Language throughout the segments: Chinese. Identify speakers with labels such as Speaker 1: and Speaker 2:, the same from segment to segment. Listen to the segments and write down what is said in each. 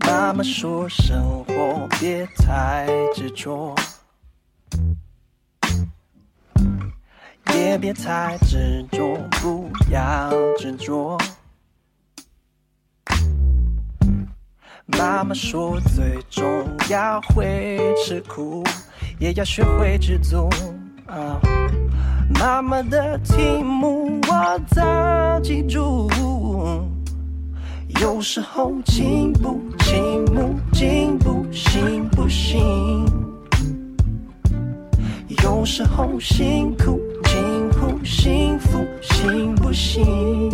Speaker 1: 他们说生活别太执着，也别太执着，不要执着。妈妈说最重要会吃苦，也要学会知足啊。妈妈的题目我早记住，有时候进步进步进步行不行？有时候辛苦辛苦幸福行不行？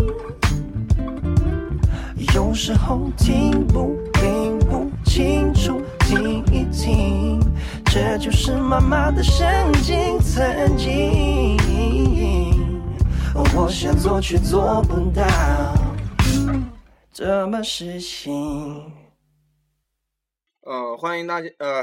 Speaker 1: 有时候听不听不清楚，听一听，这就是妈妈的神经。曾经，我想做却做不到，怎么实行？
Speaker 2: 呃，欢迎大家，呃，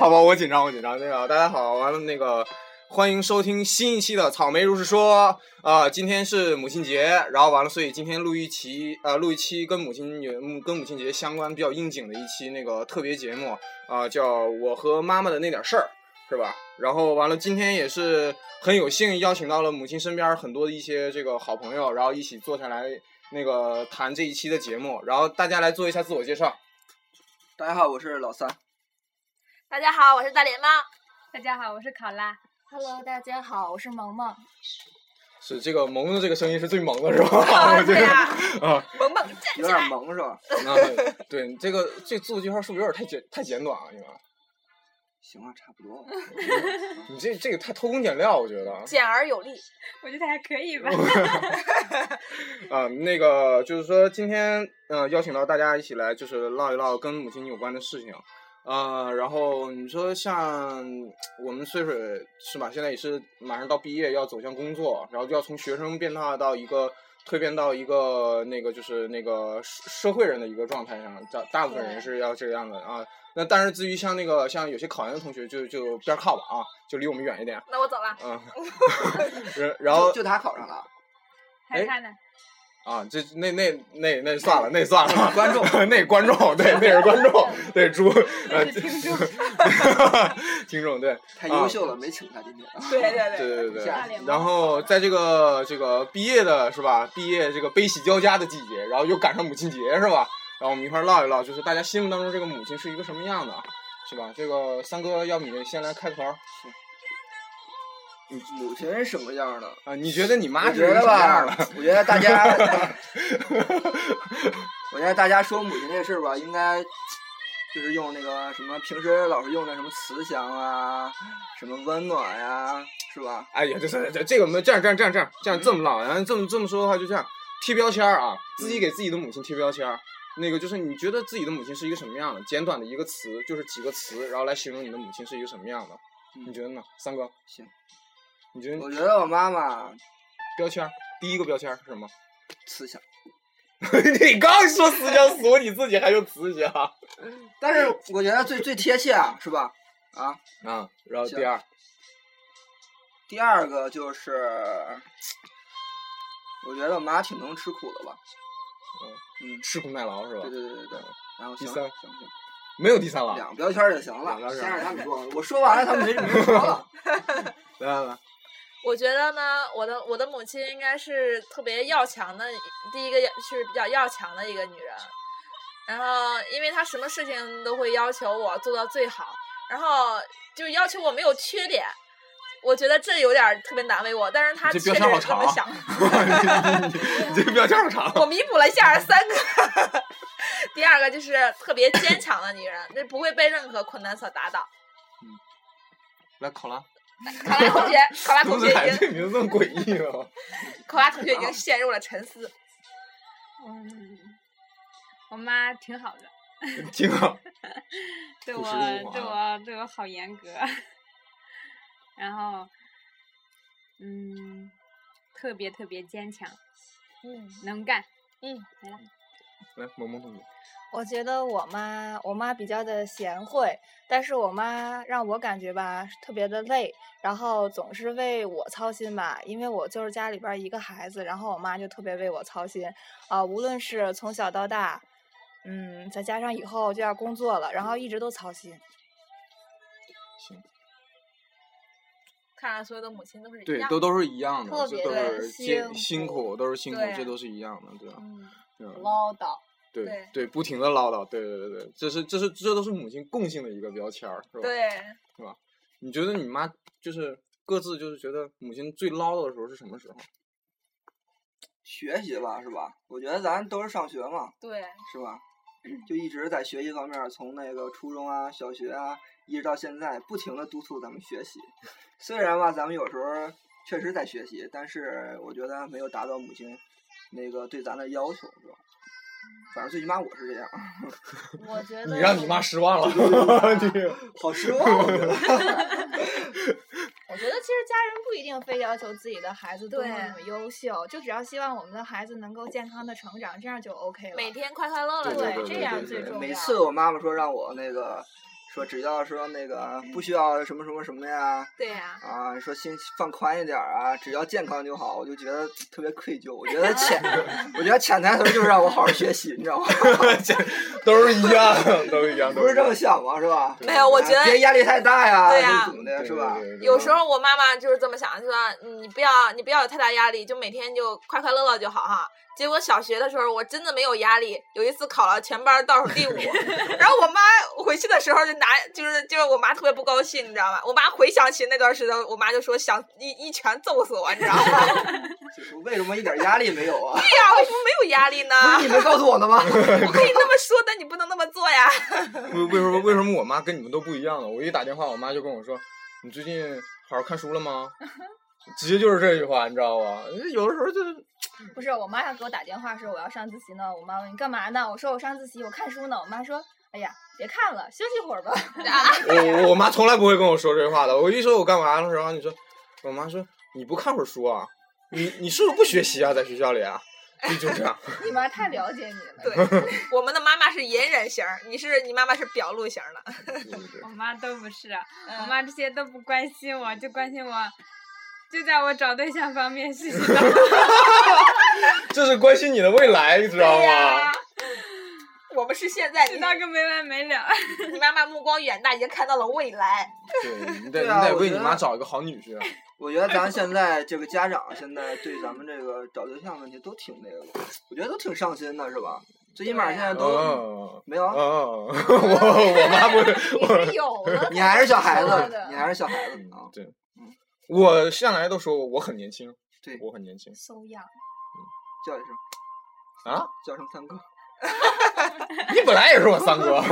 Speaker 2: 好吧，我紧张，我紧张。那个，大家好，完了那个，欢迎收听新一期的《草莓如是说》。呃，今天是母亲节，然后完了，所以今天录一期，呃，录一期跟母亲节、嗯跟母亲节相关比较应景的一期那个特别节目，啊、叫《我和妈妈的那点事儿》，是吧？然后完了，今天也是很有幸邀请到了母亲身边很多的一些这个好朋友，然后一起坐下来那个谈这一期的节目，然后大家来做一下自我介绍。
Speaker 1: 大家好，我是老三。
Speaker 3: 大家好，我是大脸猫。
Speaker 4: 大家好，我是考拉。
Speaker 5: Hello，大家好，我是萌
Speaker 3: 啊
Speaker 5: 萌。
Speaker 2: 是这个萌的这个声音是最萌的是吧？我觉
Speaker 3: 对
Speaker 2: 得
Speaker 3: 呀、
Speaker 2: 啊，
Speaker 3: 萌萌站起
Speaker 1: 有点
Speaker 3: 来。
Speaker 1: 萌是吧？
Speaker 2: 那对这个这自我介绍是不是有点太简太简短了？你们，
Speaker 1: 行啊，差不 多。
Speaker 2: 你这这个太偷工减料，我觉得。
Speaker 3: 简而有力，
Speaker 4: 我觉得还可以吧。
Speaker 2: 啊、那个就是说今天呃邀请到大家一起来，就是唠一唠跟母亲有关的事情。呃，然后你说像我们岁数也是吧，现在也是马上到毕业，要走向工作，然后就要从学生变大到一个蜕变到一个那个就是那个社社会人的一个状态上，大大部分人
Speaker 5: 对
Speaker 2: 是要这个样子啊。那但是至于像那个像有些考研的同学就就边儿靠吧啊，就离我们远一点，
Speaker 3: 那我走了。
Speaker 2: 嗯， 然然后
Speaker 1: 就就他考上 了，
Speaker 4: 还
Speaker 2: 哎
Speaker 4: 有他呢？
Speaker 2: 啊，这那那那那算了，那算了，
Speaker 1: 观众，
Speaker 2: 那观众，对，那是观众，对，猪， 呃，
Speaker 4: 是 听众，
Speaker 2: 听众，对，
Speaker 1: 太优秀了，没请他今天。
Speaker 3: 对对
Speaker 2: 对对啊对
Speaker 1: 大
Speaker 4: 脸。猫
Speaker 2: 然后在这个这个毕业的是吧？毕业这个悲喜交加的季节，然后又赶上母亲节是吧？然后我们一块儿唠一唠，就是大家心目当中这个母亲是一个什么样的，啊是吧？这个三哥，要不你先来开个头儿
Speaker 1: 母亲是什么样的？
Speaker 2: 啊？你觉得你妈
Speaker 1: 我
Speaker 2: 是
Speaker 1: 觉
Speaker 2: 一个
Speaker 1: 得
Speaker 2: 什么样
Speaker 1: 吧
Speaker 2: 的？，
Speaker 1: 我觉得大 家，我觉得大家说母亲这事儿吧，应该就是用那个什么平时老是用的什么慈祥啊，什么温暖呀、是吧？
Speaker 2: 哎呀，这这这这个我们这样这样这样这样这
Speaker 1: 嗯
Speaker 2: 样这么唠，然后这么这么说的话，就这样贴标签儿啊，自
Speaker 1: 嗯
Speaker 2: 己给自己的母亲贴标签儿。那个就是你觉得自己的母亲是一个什么样的？简短的一个词，就是几个词，然后来形容你的母亲是一个什么样的？
Speaker 1: 嗯
Speaker 2: 你觉得呢，三哥？
Speaker 1: 行，
Speaker 2: 你觉得
Speaker 1: 我觉得我妈妈
Speaker 2: 标签儿第一个标签儿是什么？
Speaker 1: 慈祥，
Speaker 2: 你刚说慈祥俗，你自己还有慈祥
Speaker 1: 但是我觉得最最贴切啊，是吧？啊，
Speaker 2: 啊？然后
Speaker 1: 行
Speaker 2: 第二，
Speaker 1: 第二个就是，我觉得我妈挺能吃苦的吧。嗯
Speaker 2: 吃苦耐劳是吧
Speaker 1: 对？对对对对。然后
Speaker 2: 第
Speaker 1: 行
Speaker 2: 三
Speaker 1: 行行。
Speaker 2: 没有第三了。
Speaker 1: 两个标签儿就行了
Speaker 2: 两，个标签
Speaker 1: 先
Speaker 2: 儿
Speaker 1: 让他们说。我说完了，他们没什么说了。
Speaker 2: 来来来，
Speaker 3: 我觉得呢，我的我的母亲应该是特别要强的，第一个要是比较要强的一个女人。然后，因为她什么事情都会要求我做到最好，然后就要求我没有缺点。我觉得这有点儿特别难为我，但是她
Speaker 2: 这
Speaker 3: 确
Speaker 2: 标签好
Speaker 3: 实是这
Speaker 2: 长
Speaker 3: 么
Speaker 2: 啊
Speaker 3: 想的。
Speaker 2: 你你这个标签儿长。啊
Speaker 3: 我弥补了一下三个。第二个就是特别坚强的女人，那不会被任何困难所打倒。
Speaker 2: 来考拉，
Speaker 3: 考拉同学，考拉
Speaker 2: 怎
Speaker 3: 同
Speaker 2: 么
Speaker 3: 学
Speaker 2: 来
Speaker 3: 已
Speaker 2: 这
Speaker 3: 经，
Speaker 2: 名字这么诡异哦呢？
Speaker 3: 考拉同学已经陷入了沉思。
Speaker 4: 嗯，我妈挺好的，
Speaker 2: 挺好。
Speaker 4: 对
Speaker 2: 朴
Speaker 4: 我
Speaker 2: 实无华
Speaker 4: 对我对我好严格， 然后嗯，特别特别坚强，
Speaker 5: 嗯，
Speaker 4: 能干。
Speaker 2: 来，萌萌同学，
Speaker 5: 我觉得我妈，我妈比较的贤惠，但是我妈让我感觉吧，特别的累，然后总是为我操心吧，因为我就是家里边儿一个孩子，然后我妈就特别为我操心，啊、无论是从小到大，嗯，再加上以后就要工作了，然后一直都操心。
Speaker 3: 看来所有的母亲都是一
Speaker 2: 对，
Speaker 3: 样
Speaker 2: 都
Speaker 3: 的
Speaker 2: 都是一样的，
Speaker 5: 特
Speaker 2: 这
Speaker 5: 别
Speaker 2: 都
Speaker 5: 对
Speaker 2: 是
Speaker 5: 辛
Speaker 2: 艰
Speaker 5: 苦
Speaker 2: 辛苦，都是辛苦
Speaker 3: 对，
Speaker 2: 这都是一样的，对吧？
Speaker 5: 嗯，
Speaker 2: 嗯，
Speaker 5: 唠叨。
Speaker 2: 对
Speaker 3: 对
Speaker 2: 对，不停的唠叨，对对对对，这是这是这都是母亲共性的一个标签儿，是吧？，
Speaker 3: 对。
Speaker 2: 你觉得你妈就是各自就是觉得母亲最唠叨的时候是什么时候？
Speaker 6: 学习吧，是吧？我觉得咱都是上学嘛，
Speaker 3: 对，
Speaker 6: 是吧？就一直在学习方面儿，从那个初中啊、小学啊，一直到现在，不停的督促咱们学习。虽然吧，咱们有时候确实在学习，但是我觉得没有达到母亲那个对咱的要求，是吧？反正最起码我是这样，
Speaker 5: 我觉得
Speaker 2: 你让你妈失望了， 你
Speaker 6: 好失望。啊我觉得
Speaker 5: 我觉得其实家人不一定非要求自己的孩子多么
Speaker 3: 对
Speaker 5: 怎么优秀，就只要希望我们的孩子能够健康的成长，这样就 OK 了。
Speaker 3: 每天快快乐乐
Speaker 2: 对对对
Speaker 3: 就行了，
Speaker 2: 对
Speaker 5: 这样
Speaker 2: 对
Speaker 5: 最
Speaker 2: 对
Speaker 5: 重要。
Speaker 6: 每次我妈妈说让我那个，说只要说那个不需要什么什么什么呀，
Speaker 3: 对呀、
Speaker 6: 啊，说心放宽一点儿啊，只要健康就好，我就觉得特别愧疚。我觉得 潜，我觉得潜台词儿就是让我好好学习，你知道 吗？
Speaker 2: 都是一样的，都是一样，
Speaker 6: 不是这么
Speaker 2: 想
Speaker 6: 想吗？是吧？
Speaker 3: 没有我
Speaker 6: 啊
Speaker 3: 觉得
Speaker 6: 别压力太大呀，
Speaker 3: 对呀
Speaker 6: 或者怎么的，是吧？
Speaker 3: 有时候我妈妈就是这么想，就说你不要你不要有太大压力，就每天就快快乐乐就好哈。结果小学的时候我真的没有压力，有一次考了全班倒数第五，然后我妈回去的时候就拿就是就是我妈特别不高兴，你知道吗？我妈回想起那段时间，我妈就说想一一拳揍死我，你知道吗？
Speaker 6: 就是为什么一点压力没有啊？
Speaker 3: 对呀、为什么没有压力呢？
Speaker 6: 不是你们告诉我的吗？
Speaker 3: 我可以那么说，但你不能那么做 呀。
Speaker 2: 为为什么为什么我妈跟你们都不一样呢？我一打电话，我妈就跟我说：“你最近好好看书了吗？”直接就是这句话，你知道吧？有的时候就是
Speaker 5: 嗯不是我妈要给我打电话说我要上自习呢，我妈问你干嘛呢？我说我上自习，我看书呢。我妈说，哎呀，别看了，休息会 儿吧。
Speaker 2: 啊我我妈从来不会跟我说这句话的。我一说我干嘛了，然后你说，我妈说你不看会儿书啊？你你是不是不学习啊？在学校里啊？就就这样，
Speaker 5: 你妈太了解你了。
Speaker 3: 对，我们的妈妈是隐忍型儿，你是你妈妈是表露型儿的。
Speaker 2: 对对对
Speaker 4: 我妈都不是，啊我
Speaker 3: 嗯
Speaker 4: 妈这些都不关心我，就关心我，就在我找对象方面事 情上。
Speaker 2: 这是关心你的未来，你知道
Speaker 4: 对呀、
Speaker 2: 吗？
Speaker 3: 我们是现在，你
Speaker 4: 知道个没完没了。
Speaker 3: 你妈妈目光远大，已经看到了未来。
Speaker 2: 对，你得
Speaker 6: 对啊
Speaker 2: 你得
Speaker 6: 我
Speaker 2: 为
Speaker 6: 觉
Speaker 2: 你
Speaker 6: 得
Speaker 2: 妈找一个好女婿。啊
Speaker 6: 我觉得咱现在这个家长现在对咱们这个找对象问题都挺那个，我觉得都挺上心的，是吧？最起码现在都
Speaker 2: 嗯。
Speaker 6: 没有啊。
Speaker 2: 哦，我 我妈不是
Speaker 5: 你是有了，
Speaker 6: 你还是小孩
Speaker 5: 说
Speaker 6: 子
Speaker 5: 的，
Speaker 6: 你还是小孩子啊！
Speaker 2: 嗯对，我向来都说我很年轻，
Speaker 6: 对
Speaker 2: 我很年轻
Speaker 5: so young。
Speaker 6: 叫一声，
Speaker 2: 啊！
Speaker 6: 叫声三哥。
Speaker 2: 你本来也是我三 哥，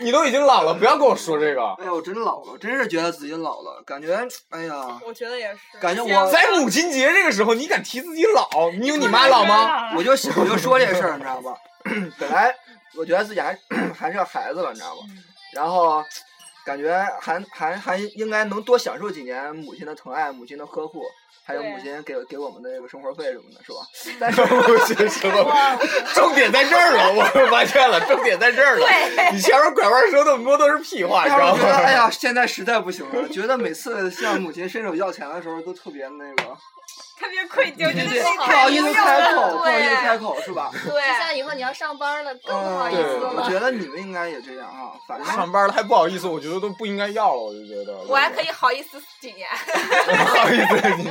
Speaker 2: 你都已经老了，不要跟我说这个。
Speaker 6: 哎呀，我真老了，真是觉得自己老了，感觉，哎呀，
Speaker 3: 我觉得也是
Speaker 6: 感觉我
Speaker 2: 在母亲节这个时候，你敢提自己老？你有你妈老 吗？
Speaker 6: 我就我就说这事儿，你知道吧？ 本来我觉得自己还还是 个孩子了，你知道
Speaker 5: 嗯
Speaker 6: 吧？然后感觉还还还应该能多享受几年母亲的疼爱、母亲的呵护，还有
Speaker 3: 对
Speaker 6: 母亲给给我们的这个生活费什么的，是吧？但是
Speaker 2: 这什么？重点在这儿了，我发现了，重点在这儿了。你前面拐弯说那么多都是屁 话，你
Speaker 6: 但
Speaker 2: 知
Speaker 6: 是
Speaker 2: 道
Speaker 6: 我觉 得，哎
Speaker 2: 吗？
Speaker 6: 呀，现在实在不行了，觉得每次向母亲伸手要钱的时候都特别那个，
Speaker 4: 特别愧疚，真的是
Speaker 6: 不好意思开口，不好意思
Speaker 3: 对
Speaker 6: 开口，是吧？
Speaker 3: 对
Speaker 5: 就像以后你要上班了，更不好意
Speaker 6: 嗯
Speaker 5: 思
Speaker 6: 我
Speaker 5: 了。
Speaker 6: 觉得你们应该也这样啊，反 正
Speaker 2: 上班了还不好意思，我觉得都不应该要了，我就觉得。
Speaker 3: 我还可以好意思几年。
Speaker 2: 不好意思，你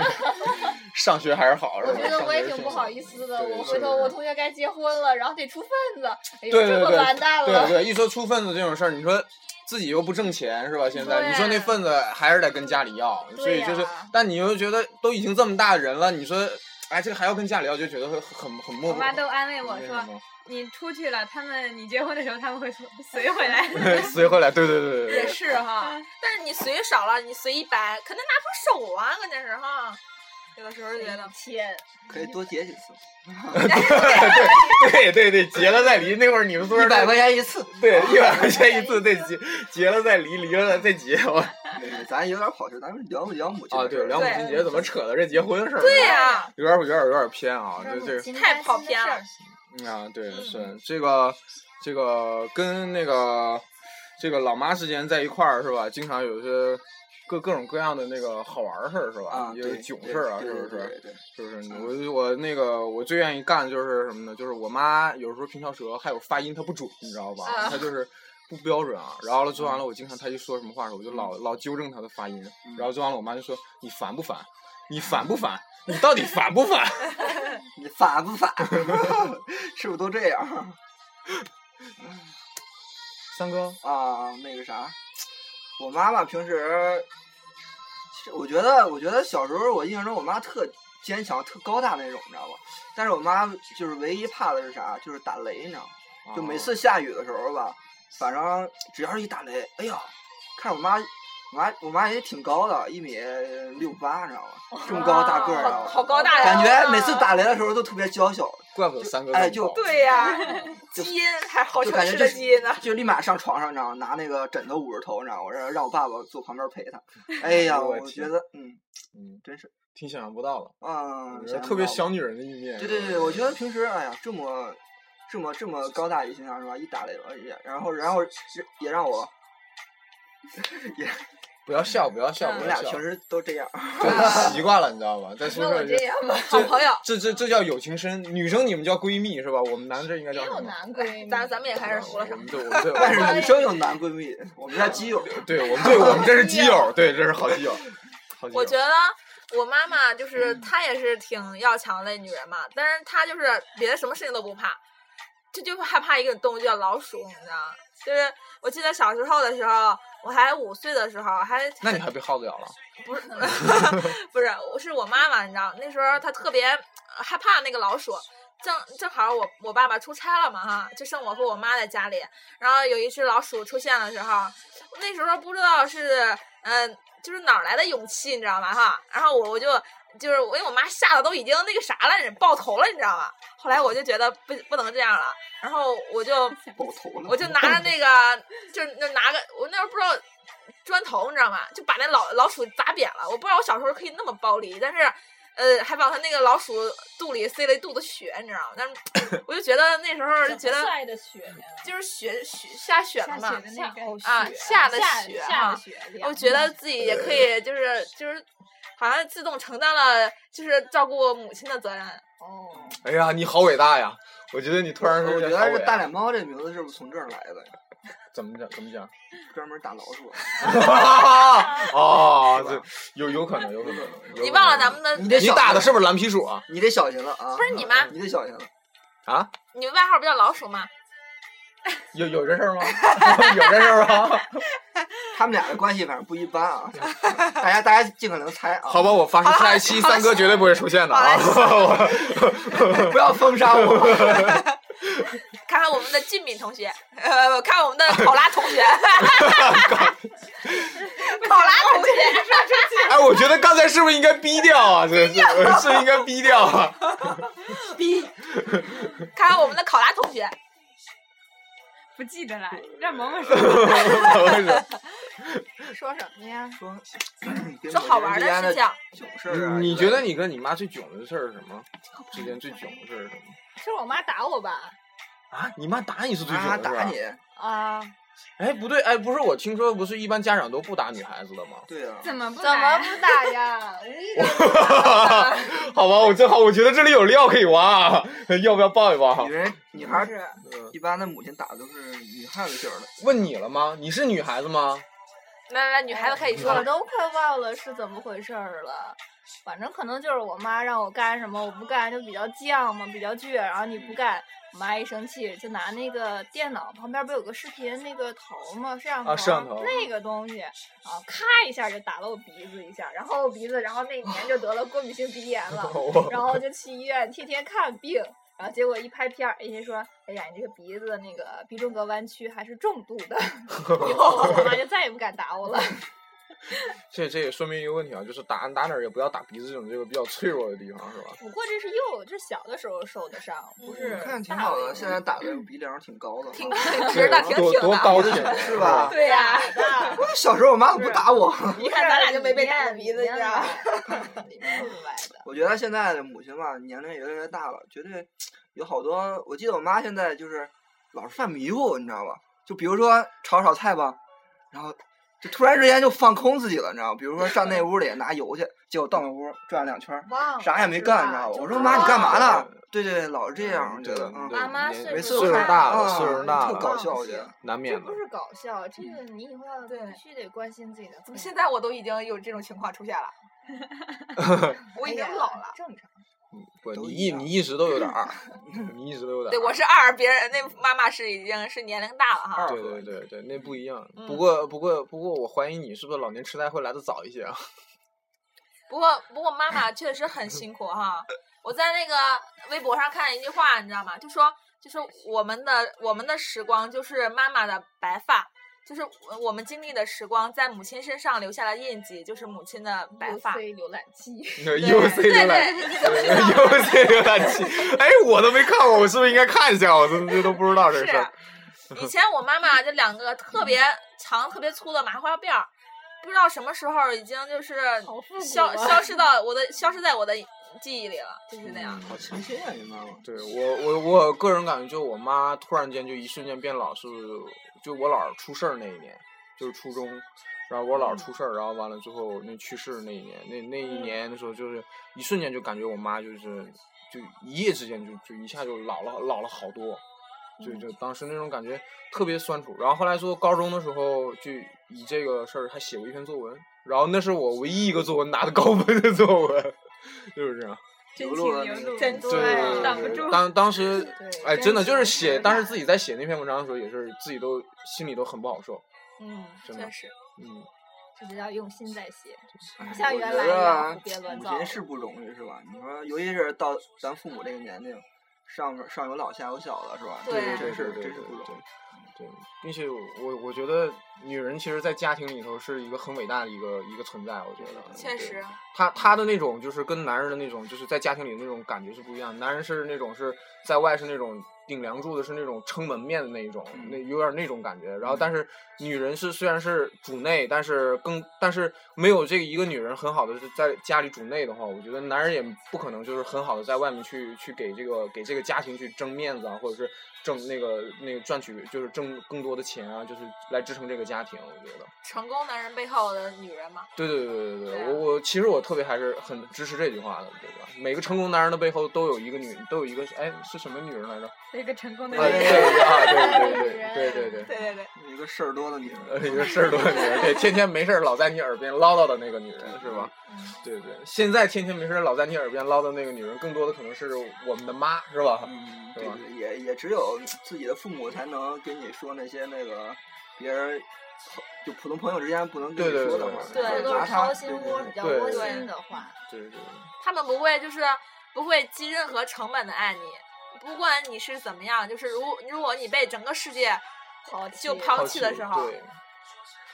Speaker 2: 上学还是好，是
Speaker 5: 我
Speaker 2: 吧？
Speaker 5: 觉得我也挺不好
Speaker 2: 思。
Speaker 5: 意思的，
Speaker 2: 对
Speaker 5: 我
Speaker 2: 是
Speaker 5: 回头
Speaker 2: 是
Speaker 5: 我同学该结婚了，然后得出份子，哎呦，
Speaker 2: 对
Speaker 5: 这
Speaker 2: 对
Speaker 5: 么
Speaker 2: 对
Speaker 5: 完蛋
Speaker 2: 对
Speaker 5: 了。
Speaker 2: 对，一说出份子这种事儿，你说自己又不挣钱是吧？现在
Speaker 3: 对
Speaker 2: 你说那份子还是得跟家里要，所以就是
Speaker 5: 对呀，
Speaker 2: 但你又觉得都已经这么大人了，你说哎这个还要跟家里要，就觉得很很很
Speaker 4: 我
Speaker 2: 莫
Speaker 4: 妈都安慰我
Speaker 2: 那
Speaker 4: 说
Speaker 2: 什么：“
Speaker 4: 你出去了，他们你结婚的时候他们会随回来。
Speaker 2: 随回来，对对对对
Speaker 3: 也
Speaker 2: 对。
Speaker 3: 是哈，但是你随少了，你随一百，可能拿不出手啊，关键是哈。有的时候就觉得，
Speaker 5: 天，
Speaker 6: 可以多结几次，
Speaker 2: 对对对，结了再离。那会儿你们宿舍
Speaker 6: 一百块钱一次。
Speaker 2: 对一百块钱一次，对结结了再离，离了再结。我
Speaker 6: 对咱有点跑题，咱们聊聊母亲
Speaker 2: 啊，
Speaker 6: 的事
Speaker 2: 对，
Speaker 6: 儿
Speaker 2: 聊母亲节怎么扯到这结婚的事儿？
Speaker 3: 对呀、
Speaker 2: 有点有点有点偏啊，这这个
Speaker 3: 太跑偏了。
Speaker 2: 嗯啊，对，
Speaker 3: 嗯
Speaker 2: 是这个，这个跟那个这个老妈之间在一块儿是吧？经常有些各各种各样的那个好玩儿事儿是吧？
Speaker 6: 啊，
Speaker 2: 就
Speaker 6: 对
Speaker 2: 是囧事儿啊，是不是？
Speaker 6: 对对对对，
Speaker 2: 是不是？
Speaker 6: 嗯
Speaker 2: 我我那个我最愿意干的就是什么呢？就是我妈有时候平翘舌，还有发音她不准，你知道吧？
Speaker 3: 啊
Speaker 2: 她就是不标准啊。然后了，就完了，我经常她一说什么话的时候，我就
Speaker 3: 嗯
Speaker 2: 老老纠正她的发音。然后就完了，我妈就说：“你烦不烦？你烦不烦？你到底烦不烦
Speaker 6: 你反不 反？是不是都这样？”
Speaker 2: 三哥，
Speaker 6: 啊？那个啥，我妈妈平时，其实我觉得，我觉得小时候我印象中我妈特坚强、特高大那种，你知道吧？但是我妈就是唯一怕的是啥？就是打雷，你知道吗？ 就
Speaker 3: 哦
Speaker 2: 啊
Speaker 6: 每次下雨的时候吧，反正只要是一打雷，哎呀，看着我妈，我妈我妈也挺高的，一米六八，你知道吗？这么高大个儿，你知道
Speaker 3: 好
Speaker 6: 吗
Speaker 3: 哦好高大呀！
Speaker 6: 感觉每次打雷的时候都特别娇小，
Speaker 2: 怪不得三哥
Speaker 6: 哎
Speaker 2: 这么高
Speaker 6: 就
Speaker 3: 对啊呀、
Speaker 6: 就
Speaker 3: 基因还好
Speaker 6: 就
Speaker 3: 求
Speaker 6: 感觉
Speaker 3: 吃
Speaker 6: 就
Speaker 3: 的
Speaker 6: 是
Speaker 3: 基 因呢。
Speaker 6: 就立马上床上，你知道吗？拿那个枕头捂着头，你知道吗？我让让我爸爸坐旁边陪 他。哎呀，
Speaker 2: 我
Speaker 6: 我
Speaker 2: 的天
Speaker 6: 觉得，嗯
Speaker 2: 嗯，
Speaker 6: 真是，
Speaker 2: 挺想象不到了，
Speaker 6: 嗯，想
Speaker 2: 特别
Speaker 6: 不到
Speaker 2: 小女人的一面。
Speaker 6: 对对对，我觉得平时哎呀，这么这么这么高大一形象是吧？一打雷了，也然后然后也让我，
Speaker 2: 不要笑，不要笑，
Speaker 6: 我
Speaker 2: 不
Speaker 6: 们
Speaker 2: 要
Speaker 6: 嗯俩
Speaker 2: 笑
Speaker 6: 平，时都这样。
Speaker 2: 就习惯了，你知道吧？在宿
Speaker 3: 那我
Speaker 2: 舍
Speaker 3: 这
Speaker 2: 就
Speaker 3: 样吧，好朋友，
Speaker 2: 这这这叫友情深，女生你们叫闺蜜是吧？我们男的这应该
Speaker 5: 没
Speaker 2: 叫什
Speaker 5: 有
Speaker 2: 么？
Speaker 5: 男闺蜜，
Speaker 3: 哎咱咱们也开始
Speaker 6: 嗯
Speaker 3: 胡了
Speaker 2: 我
Speaker 3: 什么？
Speaker 2: 们对，我们 对，
Speaker 6: 但
Speaker 2: 我
Speaker 6: 是
Speaker 2: 们
Speaker 6: 女生有男闺蜜，我们家基友。
Speaker 2: 对，我们对，我们这是基友，对，这是好基友，好基友。
Speaker 3: 我觉得我妈妈就是
Speaker 6: 嗯
Speaker 3: 她也是挺要强的女人嘛，但是她就是别的什么事情都不怕，这就害怕一个动物就叫老鼠，你知道吗？就是我记得小时候的时候，我还五岁的时候还
Speaker 2: 那你还被耗子咬了？
Speaker 3: 不是 不是，我是我妈妈，你知道，那时候她特别呃害怕那个老鼠。正正好我我爸爸出差了嘛哈，就剩我和我妈在家里。然后有一只老鼠出现的时候，那时候不知道是嗯、就是哪儿来的勇气，你知道吗哈？然后我我就就是我给我妈吓得都已经那个啥了，你爆头了，你知道吗？后来我就觉得不不能这样了，然后我就
Speaker 6: 爆头了
Speaker 3: 我就拿着那个，就是那拿个，我那时候不知道砖头，你知道吗？就把那老老鼠砸扁了。我不知道我小时候可以那么暴力，但是，呃，还往它那个老鼠肚里塞了一肚子血，你知道吗？但 是我就觉得那时候就觉得
Speaker 7: 晒的雪呢，
Speaker 3: 就是血血下雪了嘛
Speaker 4: 下，雪的那个
Speaker 3: 啊
Speaker 7: 下
Speaker 3: 下的雪
Speaker 7: 下
Speaker 3: 哈
Speaker 7: 的雪，
Speaker 3: 我觉得自己也可
Speaker 2: 呃
Speaker 3: 以，就是就是，好像自动承担了就是照顾母亲的责任。
Speaker 7: 哦，
Speaker 2: 哎呀，你好伟大呀！我觉得你突然说
Speaker 6: 我觉
Speaker 2: 好
Speaker 6: 得
Speaker 2: 伟
Speaker 6: 这大脸猫这名字是不是从这儿来的？
Speaker 2: 怎么讲？怎 么讲？
Speaker 6: 专门打老鼠。啊
Speaker 2: 哦，
Speaker 6: 是
Speaker 2: 这
Speaker 6: 吧
Speaker 2: 有有可能，有可能。有可能
Speaker 3: 你忘了咱们的，
Speaker 6: 你
Speaker 3: 你
Speaker 6: 这
Speaker 2: 你打的是不是蓝皮鼠啊？
Speaker 6: 你得小心了啊！
Speaker 3: 不是你妈
Speaker 6: 你得小心了。
Speaker 2: 啊，
Speaker 3: 们外号不叫老鼠吗？
Speaker 2: 有有这事 儿吗？有这事儿吗？
Speaker 6: 他们俩的关系反正不一般啊，大家大家尽可能猜啊，
Speaker 2: 好吧，我发誓下一期三哥绝对不会出现的啊！
Speaker 6: 不要封杀我。
Speaker 3: 看看我们的俊敏同学， 呃，看我们的考拉同 学，考拉同 学，
Speaker 2: 哎，我觉得刚才是不是应该逼掉啊？这是是不是应该逼掉啊？
Speaker 3: 看看我们的考拉同学，
Speaker 4: 不记得了，让萌萌说。
Speaker 3: 说什么呀？
Speaker 6: 说
Speaker 3: 说好玩的事情，
Speaker 6: 情，事儿啊
Speaker 2: 你觉得你跟你妈最囧的事儿是什么？之间最囧的事儿是什么？
Speaker 5: 是我妈打我吧？
Speaker 2: 啊，你妈打你是最囧的
Speaker 6: 妈
Speaker 2: 事
Speaker 6: 打
Speaker 2: 儿啊
Speaker 6: 你？？
Speaker 5: 啊，
Speaker 2: 哎，不对，哎，不是，我听说不是一般家长都不打女孩子 的吗？
Speaker 6: 对啊，
Speaker 4: 怎么不
Speaker 5: 怎么
Speaker 4: 来？
Speaker 5: 不打呀？无意中
Speaker 2: 好吧，我正好，我觉得这里有料可以挖，啊，要不要抱一啊抱
Speaker 6: 女？人女孩儿
Speaker 5: 是
Speaker 2: 嗯
Speaker 6: 一般的母亲打的都是女汉子型儿的，
Speaker 2: 问你了吗？你是女孩子 吗？
Speaker 3: 来来来，女孩子可以说
Speaker 5: 我
Speaker 3: 了，
Speaker 5: 都快忘了是怎么回事儿了。反正可能就是我妈让我干什么，我不干就比较犟嘛，比较倔。然后你不干，我妈一生气就拿那个电脑旁边不有个视频那个头嘛，摄像头，
Speaker 2: 啊摄像头
Speaker 5: 那个东西，啊，咔一下就打了我鼻子一下，然后我鼻子，然后那年就得了过敏性鼻炎 了
Speaker 2: 我，
Speaker 5: 然后就去医院天天看病。然后结果一拍片儿，人家说：“哎呀，你这个鼻子那个鼻中隔弯曲还是重度的。” 以后我妈就再也不敢打我了。
Speaker 2: 这这也说明一个问题啊，就是打打哪儿也不要打鼻子这种这个比较脆弱的地方，是吧？
Speaker 5: 不过这是幼，这是小的时候受的伤，不是
Speaker 6: 我嗯看挺
Speaker 5: 大
Speaker 6: 好
Speaker 5: 了
Speaker 6: 的，
Speaker 5: 以
Speaker 6: 现在打的鼻梁挺高的。啊
Speaker 3: 挺挺直的，挺
Speaker 2: 多
Speaker 3: 挺
Speaker 2: 多
Speaker 3: 的。
Speaker 2: 高挺
Speaker 6: 是吧？
Speaker 3: 对呀、
Speaker 6: 我小时候我妈都不打我。
Speaker 5: 后。一
Speaker 3: 看咱俩就没被打过鼻子你知道吗
Speaker 5: 吗？ 里面里外的，
Speaker 6: 我觉得现在的母亲吧，年龄也越来越大了，绝对有好多。我记得我妈现在就是老是犯迷糊，你知道吧？就比如说炒炒菜吧，然后就突然之间就放空自己了，你知道吗？比如说上那屋里拿油去，结果到那屋转了两圈儿，
Speaker 5: 忘了
Speaker 6: 啥也没
Speaker 5: 是
Speaker 6: 干，
Speaker 5: 吧
Speaker 6: 你知道吗？
Speaker 5: 就
Speaker 6: 我说
Speaker 5: 是
Speaker 6: 妈，你干
Speaker 5: 忘
Speaker 6: 嘛
Speaker 5: 了
Speaker 6: 呢？对对，老是这样，我觉
Speaker 2: 对
Speaker 6: 得
Speaker 2: 对
Speaker 6: 嗯，
Speaker 3: 妈妈
Speaker 2: 年
Speaker 5: 岁
Speaker 2: 每
Speaker 5: 数
Speaker 2: 次岁数
Speaker 5: 大
Speaker 2: 大了，
Speaker 6: 啊
Speaker 2: 岁数大
Speaker 6: 特
Speaker 2: 了，嗯
Speaker 6: 搞笑，我觉得。
Speaker 2: 难
Speaker 5: 这
Speaker 2: 免的
Speaker 5: 不。是搞笑，这个你以后要
Speaker 3: 对
Speaker 5: 必须得关心自己的父母。
Speaker 3: 怎么现在我都已经有这种情况出现 了？我
Speaker 5: 哎
Speaker 3: 已经
Speaker 5: 呀
Speaker 3: 老了。
Speaker 5: 正常。
Speaker 2: 不，
Speaker 6: 都
Speaker 2: 你
Speaker 6: 一
Speaker 2: 一
Speaker 6: 样
Speaker 2: 你一直都有点 二，你一直都有点。啊
Speaker 3: 对，我。是二，别人那妈妈是已经是年龄大了哈。
Speaker 2: 对对对对，那不一样。不
Speaker 3: 嗯
Speaker 2: 过不过不过，我怀疑你是不是老年痴呆会来的早一 些啊？
Speaker 3: 不过不过妈妈确实很辛苦哈。我在那个微博上看一句话，你知道吗？就说就是我们的我们的时光就是妈妈的白发，就是我我们经历的时光在母亲身上留下了印记，就是母亲的白发。
Speaker 5: UC 浏览 器，
Speaker 2: U C 浏
Speaker 3: 对
Speaker 2: 览
Speaker 3: 对，
Speaker 2: 器
Speaker 3: 你怎么知道？
Speaker 2: ，U C 浏览器，哎，我都没看过，我是不是应该看一下？我都这都不知道这
Speaker 3: 是啊
Speaker 2: 事儿。
Speaker 3: 以前我妈妈就两个特别长、特别粗的麻花辫儿，不知道什么时候已经就是
Speaker 5: 好复古
Speaker 3: 消
Speaker 5: 啊
Speaker 3: 消失到我的消失在我的记忆里了，就是那样
Speaker 2: 嗯。
Speaker 6: 好清新啊，你妈妈。
Speaker 2: 对我我我个人感觉，就我妈突然间就一瞬间变老，是就我姥儿出事儿那一年，就是初中，然后我姥儿出事儿，然后完了之后那去世那一年，那那一年的时候，就是一瞬间就感觉我妈就是就一夜之间就就一下就老了老了好多，就就当时那种感觉特别酸楚。然后后来说高中的时候，就以这个事儿还写过一篇作文，然后那是我唯一一个作文拿的高分的作文， 就是这样。
Speaker 4: 真
Speaker 6: 流露了
Speaker 4: 情
Speaker 6: 那
Speaker 4: 流
Speaker 6: 种
Speaker 4: 露，
Speaker 3: 真
Speaker 2: 对
Speaker 3: 对
Speaker 2: 对对对
Speaker 4: 挡不住。
Speaker 2: 当当时，哎，
Speaker 5: 真
Speaker 2: 真的就是
Speaker 5: 情
Speaker 2: 写，
Speaker 5: 实
Speaker 2: 当时
Speaker 5: 感
Speaker 2: 自己在写那篇文章的时候，也是自己都心里都很不好受。
Speaker 3: 嗯，
Speaker 2: 真
Speaker 3: 确
Speaker 2: 的
Speaker 3: 实。
Speaker 2: 嗯，
Speaker 5: 就是要用心在写，
Speaker 6: 哎
Speaker 5: 不像
Speaker 6: 我
Speaker 5: 原
Speaker 6: 觉
Speaker 5: 来
Speaker 6: 得
Speaker 5: 一样
Speaker 6: 啊
Speaker 5: 胡编乱
Speaker 6: 母
Speaker 5: 造
Speaker 6: 亲是不容易，是吧？你说，尤其是到咱父母这个年龄，上有上有老下有小了，是吧？
Speaker 3: 对
Speaker 5: 啊
Speaker 6: 这
Speaker 2: 对
Speaker 6: 啊真是
Speaker 2: 对对
Speaker 6: 真
Speaker 2: 对
Speaker 6: 是不容易。
Speaker 2: 对，并且我我觉得女人其实，在家庭里头是一个很伟大的一个一个存在，我觉得
Speaker 3: 确
Speaker 2: 对
Speaker 3: 实，
Speaker 2: 他他的那种就是跟男人的那种，就是在家庭里的那种感觉是不一样。男人是那种是在外是那种顶梁柱的，是那种撑门面的那一种，
Speaker 6: 嗯
Speaker 2: 那有点那种感觉。然后，
Speaker 6: 嗯
Speaker 2: 但是女人是虽然是主内，但是更但是没有这个一个女人很好的是在家里主内的话，我觉得男人也不可能就是很好的在外面去去给这个给这个家庭去争面子啊，或者是挣那个那个赚取就是挣更多的钱啊，就是来支撑这个家庭。我觉得。
Speaker 3: 成功男人背后的女人嘛，
Speaker 2: 对对对对
Speaker 3: 对
Speaker 2: 对，
Speaker 3: 啊
Speaker 2: 我我其实我特别还是很支持这句话的，对吧？每个成功男人的背后都有一个女，都有一个哎是什么女人来着？啊，
Speaker 4: 一个成功的
Speaker 2: 对
Speaker 6: 哎
Speaker 4: 人，
Speaker 2: 对啊，对对对对对对
Speaker 3: 对对对，
Speaker 6: 有一个事儿多的女
Speaker 2: 呃，
Speaker 6: 人，
Speaker 2: 一个事儿多的女人，对，天天没事儿老在你耳边唠叨的那个女人是吧？对对，现在天天没事儿老在你耳边唠叨那个女人，更多的可能是我们的妈是吧？
Speaker 6: 嗯，
Speaker 2: 对
Speaker 6: 对
Speaker 2: 吧
Speaker 6: 对，也也只有自己的父母才能跟你说那些那个别人朋就普通朋友之间不能跟你
Speaker 2: 对对
Speaker 6: 说的
Speaker 2: 对
Speaker 6: 话，
Speaker 2: 对
Speaker 5: 这
Speaker 6: 就
Speaker 5: 都
Speaker 6: 拿
Speaker 5: 是
Speaker 6: 他
Speaker 5: 掏心
Speaker 6: 对对
Speaker 5: 窝、
Speaker 6: 对
Speaker 5: 比较
Speaker 2: 对
Speaker 5: 窝
Speaker 3: 对
Speaker 5: 心的话。
Speaker 2: 对对对，
Speaker 3: 他们不会就是不会计任何成本的爱你，不管你是怎么样，就是如如果你被整个世界
Speaker 5: 抛弃
Speaker 3: 就抛弃的时候，
Speaker 2: 对。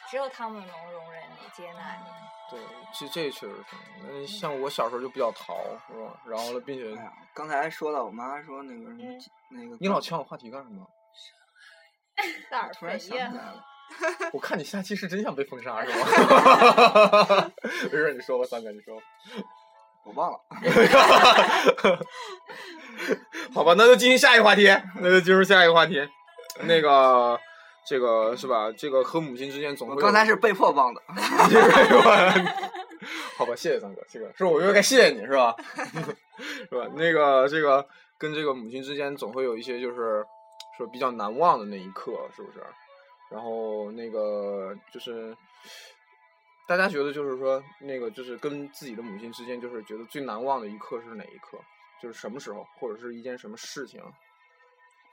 Speaker 5: 只有他们能容忍你、接纳你。
Speaker 2: 对，这这确实是。那像我小时候就比较淘，是吧？然后了，并且
Speaker 6: 哎呀，刚才说到我妈说那个什
Speaker 5: 嗯
Speaker 6: 么那个，
Speaker 2: 你老抢我话题干什么？
Speaker 5: 塞尔
Speaker 6: 突
Speaker 5: 费
Speaker 6: 然想起
Speaker 5: 耶，
Speaker 6: 来了，
Speaker 2: 我看你下期是真想被封杀 是吗？没事，你说吧，三哥，你说吧。
Speaker 6: 我忘了。
Speaker 2: 好吧，那就进行下一个话题，那就进入下一个话题。那个，这个是吧？这个和母亲之间总
Speaker 6: 我
Speaker 2: 会有
Speaker 6: 刚才是被迫忘的，
Speaker 2: 好吧，谢谢三哥，这个是我又该谢谢你是吧？ 是吧？那个这个跟这个母亲之间总会有一些就是说比较难忘的那一刻，是不是？然后那个就是大家觉得就是说那个就是跟自己的母亲之间就是觉得最难忘的一刻是哪一刻？就是什么时候，或者是一件什么事情？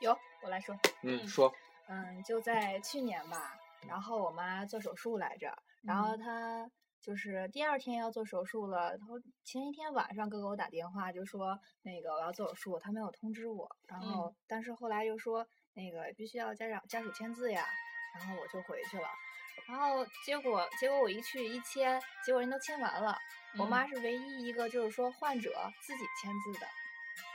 Speaker 5: 有我来说，
Speaker 2: 嗯，
Speaker 3: 嗯
Speaker 2: 说，
Speaker 5: 嗯，就在去年吧，然后我妈做手术来着，然后她就是第二天要做手术了，然后前一天晚上哥给我打电话就说那个我要做手术，他没有通知我，然后、但是后来又说那个必须要家长家属签字呀，然后我就回去了，然后结果结果我一去一签，结果人都签完了，我
Speaker 3: 嗯
Speaker 5: 妈是唯一一个就是说患者自己签字的，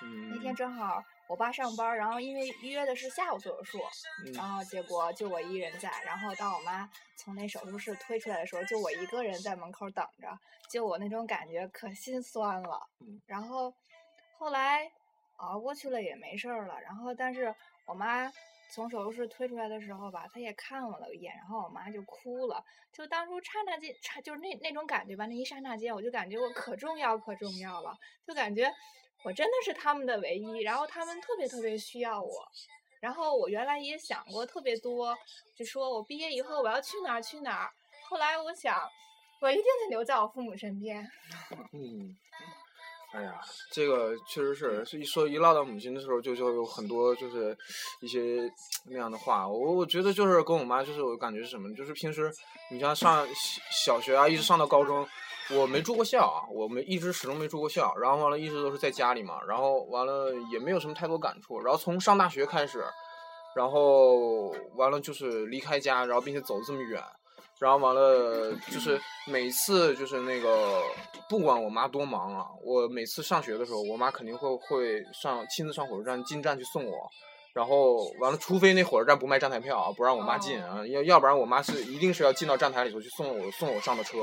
Speaker 2: 嗯，
Speaker 5: 那天正好我爸上班儿，然后因为约的是下午做手术，
Speaker 2: 嗯
Speaker 5: 然后结果就我一人在，然后当我妈从那手术室推出来的时候，就我一个人在门口等着，就我那种感觉可心酸了
Speaker 2: 嗯。
Speaker 5: 然后后来熬过去了也没事儿了，然后但是我妈从手术室推出来的时候吧，他也看我了一眼，然后我妈就哭了。就当初刹那间，刹就是那那种感觉吧，那一刹那间，我就感觉我可重要可重要了，就感觉我真的是他们的唯一，然后他们特别特别需要我。然后我原来也想过特别多，就说我毕业以后我要去哪儿去哪儿。后来我想，我一定得留在我父母身边。
Speaker 2: 嗯， 哎呀，这个确实是，是一说一唠到母亲的时候，就就有很多就是一些那样的话。我我觉得就是跟我妈，就是我感觉是什么，就是平时你像上小小学啊，一直上到高中，我没住过校啊，我没一直始终没住过校，然后完了，一直都是在家里嘛，然后完了也没有什么太多感触，然后从上大学开始，然后完了就是离开家，然后并且走得这么远。然后完了，就是每次就是那个，不管我妈多忙啊，我每次上学的时候，我妈肯定会会上亲自上火车站进站去送我。然后完了，除非那火车站不卖站台票啊，不让我妈进啊，要要不然我妈是一定是要进到站台里头去送我送我上的车。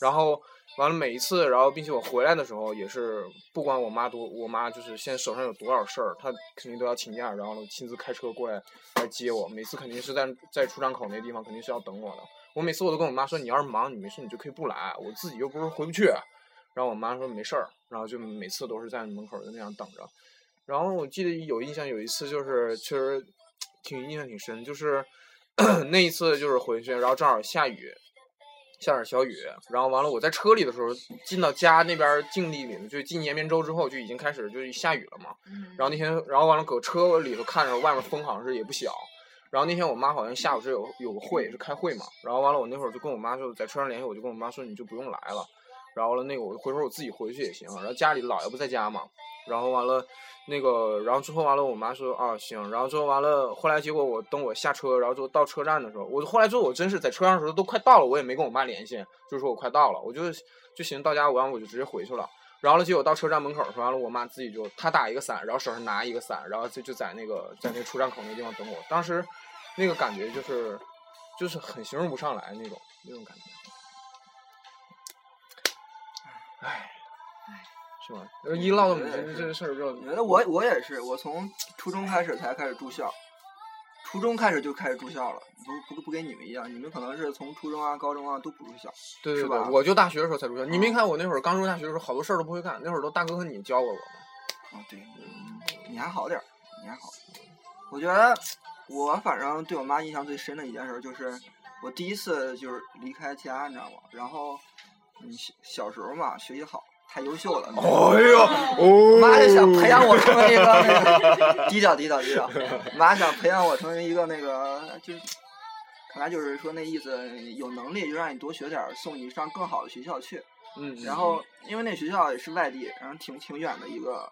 Speaker 2: 然后完了每一次，然后并且我回来的时候也是，不管我妈多，我妈就是现在手上有多少事儿，她肯定都要请假，然后亲自开车过来来接我。每次肯定是在在出站口那地方，肯定是要等我的。我每次我都跟我妈说，你要是忙，你没事你就可以不来，我自己又不是回不去。然后我妈说没事儿，然后就每次都是在门口就那样等着。然后我记得有印象，有一次就是确实挺印象挺深，就是 那一次就是回去，然后正好下雨，下点小雨，然后完了我在车里的时候，进到家那边境地里，就进延边州之后就已经开始就是下雨了嘛。然后那天，然后完了搁车里头看着外面风好像是也不小。然后那天我妈好像下午是有有个会是开会嘛，然后完了我那会儿就跟我妈就在车上联系，我就跟我妈说你就不用来了，然后了那个我回头我自己回去也行，然后家里姥爷不在家嘛，然后完了那个然后之后完了我妈说啊行，然后之后完了后来结果我等我下车，然后就到车站的时候，我后来之后我真是在车上的时候都快到了，我也没跟我妈联系，就说我快到了，我就就寻思到家完我就直接回去了。然后呢，结果到车站门口的时候，完了，我妈自己就她打一个伞，然后手上拿一个伞，然后就就在那个在那出站口那地方等我。当时那个感觉就是就是很形容不上来那种那种感觉。唉，是吧？呃一唠到母亲这事儿就
Speaker 6: 我觉得我我也是，我从初中开始才开始住校，初中开始就开始住校了，不不不跟你们一样，你们可能是从初中啊、高中啊都不住校。
Speaker 2: 对
Speaker 6: 是
Speaker 2: 对对
Speaker 6: 吧，哦
Speaker 2: 我就大学的时候才入校。你没看我那会儿刚入大学的时候，好多事儿都不会干，那会儿都大哥和你教过我嘛。
Speaker 6: 啊，对，你还好点儿，你还好。我觉得我反正对我妈印象最深的一件事儿就是，我第一次就是离开家，你知道吗？然后，嗯，小小时候嘛，学习好，太优秀了。
Speaker 2: 哎呦，哦
Speaker 6: 妈就想培养我成为一个那个低调低调低调，妈想培养我成为一个那个就是，看来就是说那意思，有能力就让你多学点儿，送你上更好的学校去。
Speaker 2: 嗯，
Speaker 6: 然后因为那学校也是外地，然后挺挺远的一个，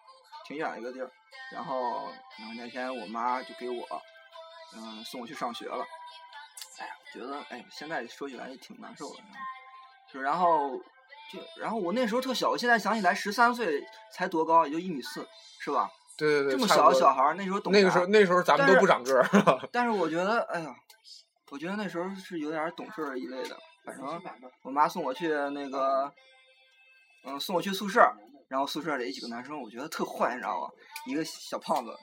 Speaker 6: 挺远的一个地儿。然后，然后那天我妈就给我，嗯、送我去上学了。哎呀，我觉得哎，现在说起来也挺难受的。就然后就然后我那时候特小，我现在想起来十三岁才多高，也就一米四，是吧？
Speaker 2: 对对对，
Speaker 6: 这么
Speaker 2: 差不
Speaker 6: 小的
Speaker 2: 多
Speaker 6: 小孩儿，那时候懂
Speaker 2: 那个
Speaker 6: 啥
Speaker 2: 时候那时候咱们都
Speaker 6: 但是
Speaker 2: 不长个儿。
Speaker 6: 但是我觉得，哎呀，我觉得那时候是有点儿懂事儿一类的。反正我妈送我去那个，嗯，送我去宿舍，然后宿舍里几个男生，我觉得特坏，你知道吧？一个小胖子，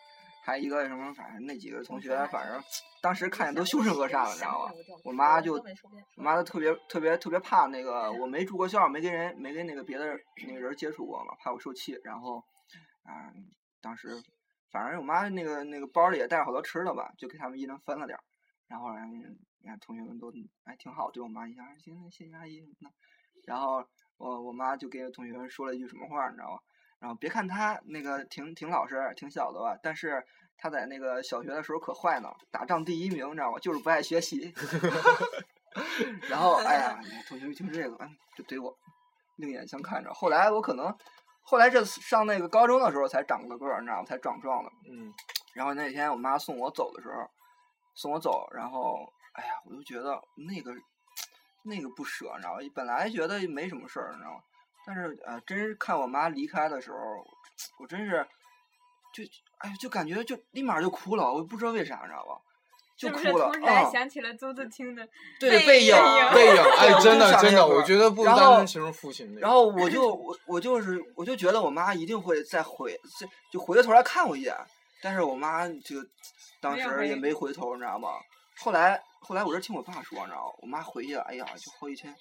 Speaker 6: 还一个什么，反正那几个同学，反正当时看见都凶神恶煞的，你知道吧？我妈就我妈就特别特别特别怕那个，我没住过校，没跟人没跟那个别的那个人接触过嘛，怕我受气。然后，啊、当时反正我妈那个那个包里也带着好多吃的吧，就给他们一人分了点儿。然后人家人家同学们都还挺好，对我妈印象，行，那谢谢阿姨什么的。然后我我妈就给同学说了一句什么话，你知道吗？然后别看她那个挺挺老实，挺小的吧，但是她在那个小学的时候可坏呢，打仗第一名，你知道吗？就是不爱学习。然 后哎呀，同学一听这个，嗯就对我另眼相看着。后来我可能，后来这上那个高中的时候才长个个儿，你知道吗？才长壮的。
Speaker 2: 嗯，
Speaker 6: 然后那天我妈送我走的时候，送我走，然后哎呀，我就觉得那个那个不舍，你知道吧？本来觉得没什么事儿，你知道吗？但是呃，真是看我妈离开的时候，我真是就哎，就感觉就立马就哭了，我不知道为啥，你知道吧？就是
Speaker 4: 不
Speaker 6: 哭
Speaker 4: 是
Speaker 6: 了
Speaker 4: 突然
Speaker 6: 啊！
Speaker 4: 想起了周自清的？
Speaker 6: 对，
Speaker 4: 背
Speaker 6: 影
Speaker 4: 影，
Speaker 2: 背影，
Speaker 6: 我
Speaker 2: 哎，
Speaker 6: 就
Speaker 2: 真的
Speaker 6: 想
Speaker 2: 真
Speaker 6: 那
Speaker 2: 的，
Speaker 6: 会
Speaker 2: 我
Speaker 6: 儿
Speaker 2: 觉得不
Speaker 6: 然
Speaker 2: 单
Speaker 6: 后
Speaker 2: 单形容父亲那个。
Speaker 6: 然后我就我我就是我就觉得我妈一定会再回再就回过头来看我一眼，但是我妈就当
Speaker 4: 没有
Speaker 6: 时
Speaker 4: 回
Speaker 6: 也没回头，你知道吗？后来后来我是听我爸说，你知道吗？我妈回去了，哎呀，就后一天，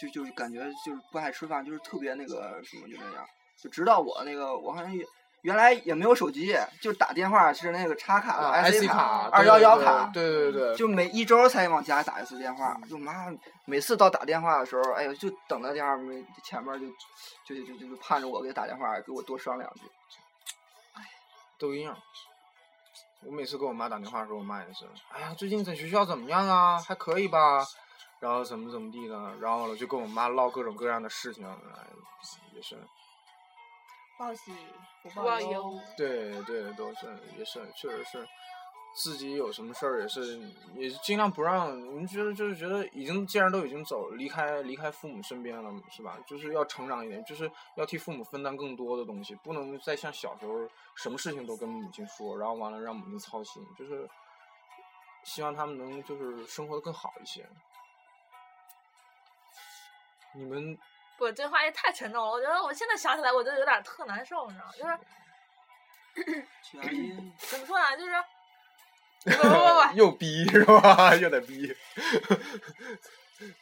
Speaker 6: 就就感觉就是不爱吃饭，就是特别那个什么就那样。就直到我那个，我好像也原来也没有手机，就打电话是那个插卡
Speaker 2: 啊
Speaker 6: 的 IC
Speaker 2: 卡、
Speaker 6: 二幺幺卡，
Speaker 2: 对对对对，
Speaker 6: 就每一周才往家打一次电话。就妈每次到打电话的时候，哎呦，就等到电话没前面就就就就就盼着我给打电话，给我多商量两句。
Speaker 2: 都一样。啊我每次给我妈打电话的时候，我妈也是，哎呀，最近在学校怎么样啊？还可以吧？然后怎么怎么地的，然后了就跟我妈唠各种各样的事情，哎，也是，
Speaker 5: 报喜不
Speaker 3: 报
Speaker 5: 报忧
Speaker 3: 忧，
Speaker 2: 对对，都是也是，确实是，自己有什么事儿也是，也是尽量不让，我们觉得就是觉得已经既然都已经走了，离开离开父母身边了，是吧？就是要成长一点，就是要替父母分担更多的东西，不能再像小时候什么事情都跟母亲说，然后完了让母亲操心，就是希望他们能就是生活的更好一些。你们
Speaker 3: 不，这话也太沉重了。我觉得我现在想起来，我就有点儿特难受，你知道吗？就是 怎么说呢？就是不不不
Speaker 2: 又逼是吧？ 又得 逼。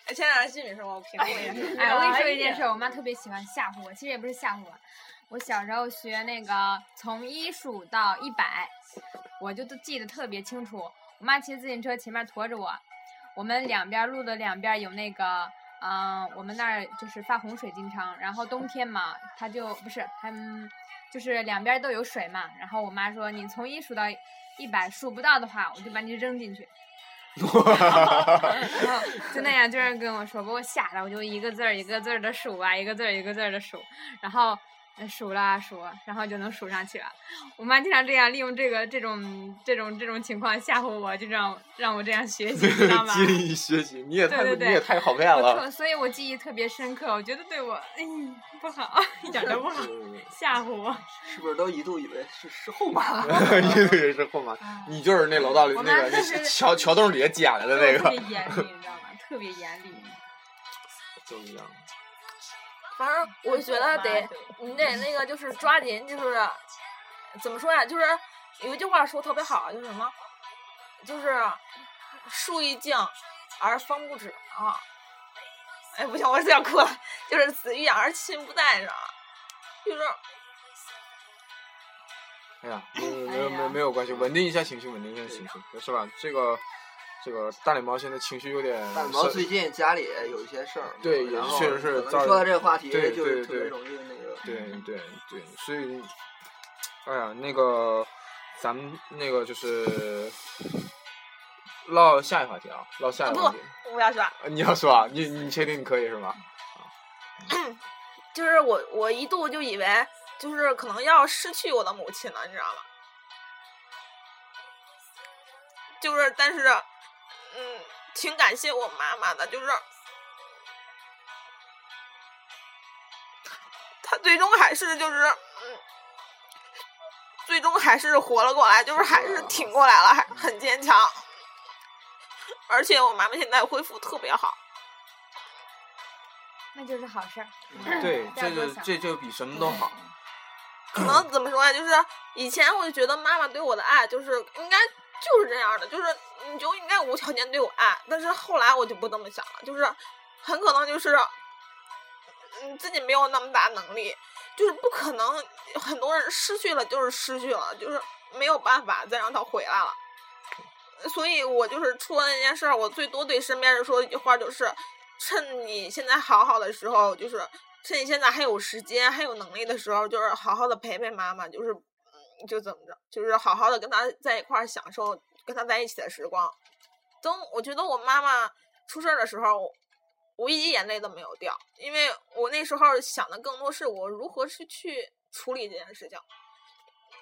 Speaker 3: 不，前两天俊敏说我评论一下，
Speaker 4: 哎，我跟你说一件事
Speaker 3: 哎
Speaker 4: 儿，
Speaker 3: 呀
Speaker 4: 我妈特别喜欢吓唬我，其实也不是吓唬我，我小时候学那个从一数到一百，我就都记得特别清楚。我妈骑自行车前面驮着我，我们两边路的两边有那个。嗯，我们那儿就是发洪水经常，然后冬天嘛，它就不是还、嗯就是两边都有水嘛。然后我妈说，你从一数到一百，数不到的话，我就把你扔进去。然后就那样，就是跟我说，把我吓得，我就一个字儿一个字儿的数啊，一个字儿一个字儿的数，然后呃数啦数，然后就能数上去了。我妈经常这样利用这个这种这种这种情况吓唬我，就让我让我这样学 习，知道吗？
Speaker 2: 激励学习，你也太
Speaker 4: 对对对
Speaker 2: 你也太好骗
Speaker 4: 我
Speaker 2: 了。
Speaker 4: 特，所以我记忆特别深刻，我觉得对我嗯不好，一点儿都不好， 吓唬我。
Speaker 6: 是不是都一度以为是是后妈？
Speaker 2: 一个人是后妈，
Speaker 5: 啊
Speaker 2: 你就是那楼道里
Speaker 4: 我
Speaker 2: 那
Speaker 4: 妈
Speaker 2: 个
Speaker 4: 就
Speaker 2: 那
Speaker 4: 是
Speaker 2: 桥桥洞底下捡来的
Speaker 4: 对
Speaker 2: 那
Speaker 4: 我特
Speaker 2: 个
Speaker 4: 别，严厉，你知道吗？特别严 厉。
Speaker 2: 都一样。
Speaker 3: 反正我觉得得你得那个就是抓紧，就是怎么说呀？就是有一句话说特别好，就是什么？就是树欲静而风不止啊！哎，不行，我是要哭了。就是子欲养而亲不在，你知道吗？就是
Speaker 2: 哎呀，没有
Speaker 4: 哎
Speaker 2: 没有没有
Speaker 4: 呀
Speaker 2: 没有关系，稳定一下情绪，稳定一下情绪，是吧？这个这个大脸猫现在情绪有点
Speaker 6: 大毛
Speaker 2: 稍
Speaker 6: 最近家里有一些事儿，
Speaker 2: 对也
Speaker 6: 然后
Speaker 2: 确实是
Speaker 6: 可
Speaker 2: 造
Speaker 6: 能说到这个话题，
Speaker 2: 对
Speaker 6: 就
Speaker 2: 对
Speaker 6: 是特别
Speaker 2: 对
Speaker 6: 容易那个。
Speaker 2: 对对对，所以，哎呀，那个，咱们那个就是唠下一话题啊，唠下一
Speaker 3: 不
Speaker 2: 话题。
Speaker 3: 我不要说，
Speaker 2: 呃你要说啊，你你确定你可以是吗？
Speaker 3: 就是我我一度就以为就是可能要失去我的母亲了，你知道吗？就是，但是，嗯，挺感谢我妈妈的，就是她最终还是就是，嗯，最终还是活了过来，就是还是挺过来了，还很坚强。而且我妈妈现在恢复特别好，
Speaker 4: 那就是好事儿，
Speaker 6: 嗯
Speaker 2: 对，
Speaker 4: 不要
Speaker 2: 这
Speaker 4: 多
Speaker 2: 就
Speaker 4: 想
Speaker 2: 这就比什么都好。
Speaker 3: 可能怎么说呀？就是以前我就觉得妈妈对我的爱就是应该就是这样的，就是你就应该无条件对我爱。但是后来我就不这么想了，就是很可能就是嗯自己没有那么大能力，就是不可能很多人失去了就是失去了，就是没有办法再让他回来了。所以我就是出了那件事儿，我最多对身边人说的一句话就是：趁你现在好好的时候，就是趁你现在还有时间、还有能力的时候，就是好好的陪陪妈妈，就是嗯就怎么着，就是好好的跟她在一块儿享受跟她在一起的时光。等我觉得我妈妈出事儿的时候，我我一滴眼泪都没有掉，因为我那时候想的更多是我如何是去处理这件事情。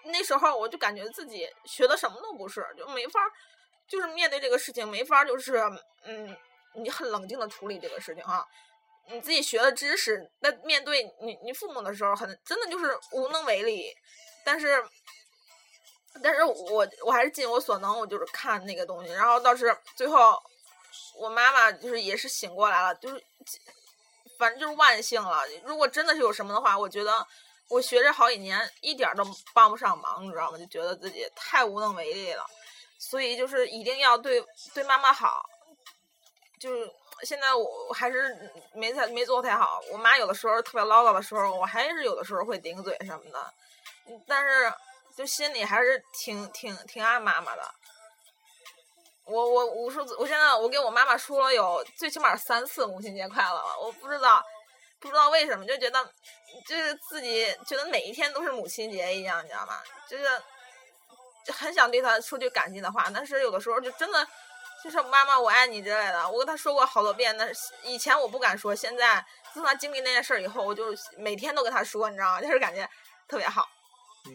Speaker 3: 那时候我就感觉自己学的什么都不是，就没法儿，就是面对这个事情没法儿，就是嗯，你很冷静的处理这个事情啊。你自己学的知识，那面对你你父母的时候很，真的就是无能为力。但是，但是我我还是尽我所能，我就是看那个东西，然后倒是最后，我妈妈就是也是醒过来了，就是反正就是万幸了。如果真的是有什么的话，我觉得我学这好几年，一点儿都帮不上忙，你知道吗？就觉得自己太无能为力了，所以就是一定要对对妈妈好。就是现在我还是没太没做太好，我妈有的时候特别唠叨的时候，我还是有的时候会顶嘴什么的，嗯但是就心里还是挺挺挺爱妈妈的。我我无数次，我现在我给我妈妈说了有最起码三次母亲节快乐了，我不知道不知道为什么，就觉得就是自己觉得每一天都是母亲节一样，你知道吗？就是就很想对她说句感激的话，但是有的时候就真的就是妈妈我爱你之类的，我跟她说过好多遍，但是以前我不敢说，现在自从她经历那件事儿以后，我就每天都跟她说，你知道吗？就是感觉特别好。
Speaker 2: 嗯，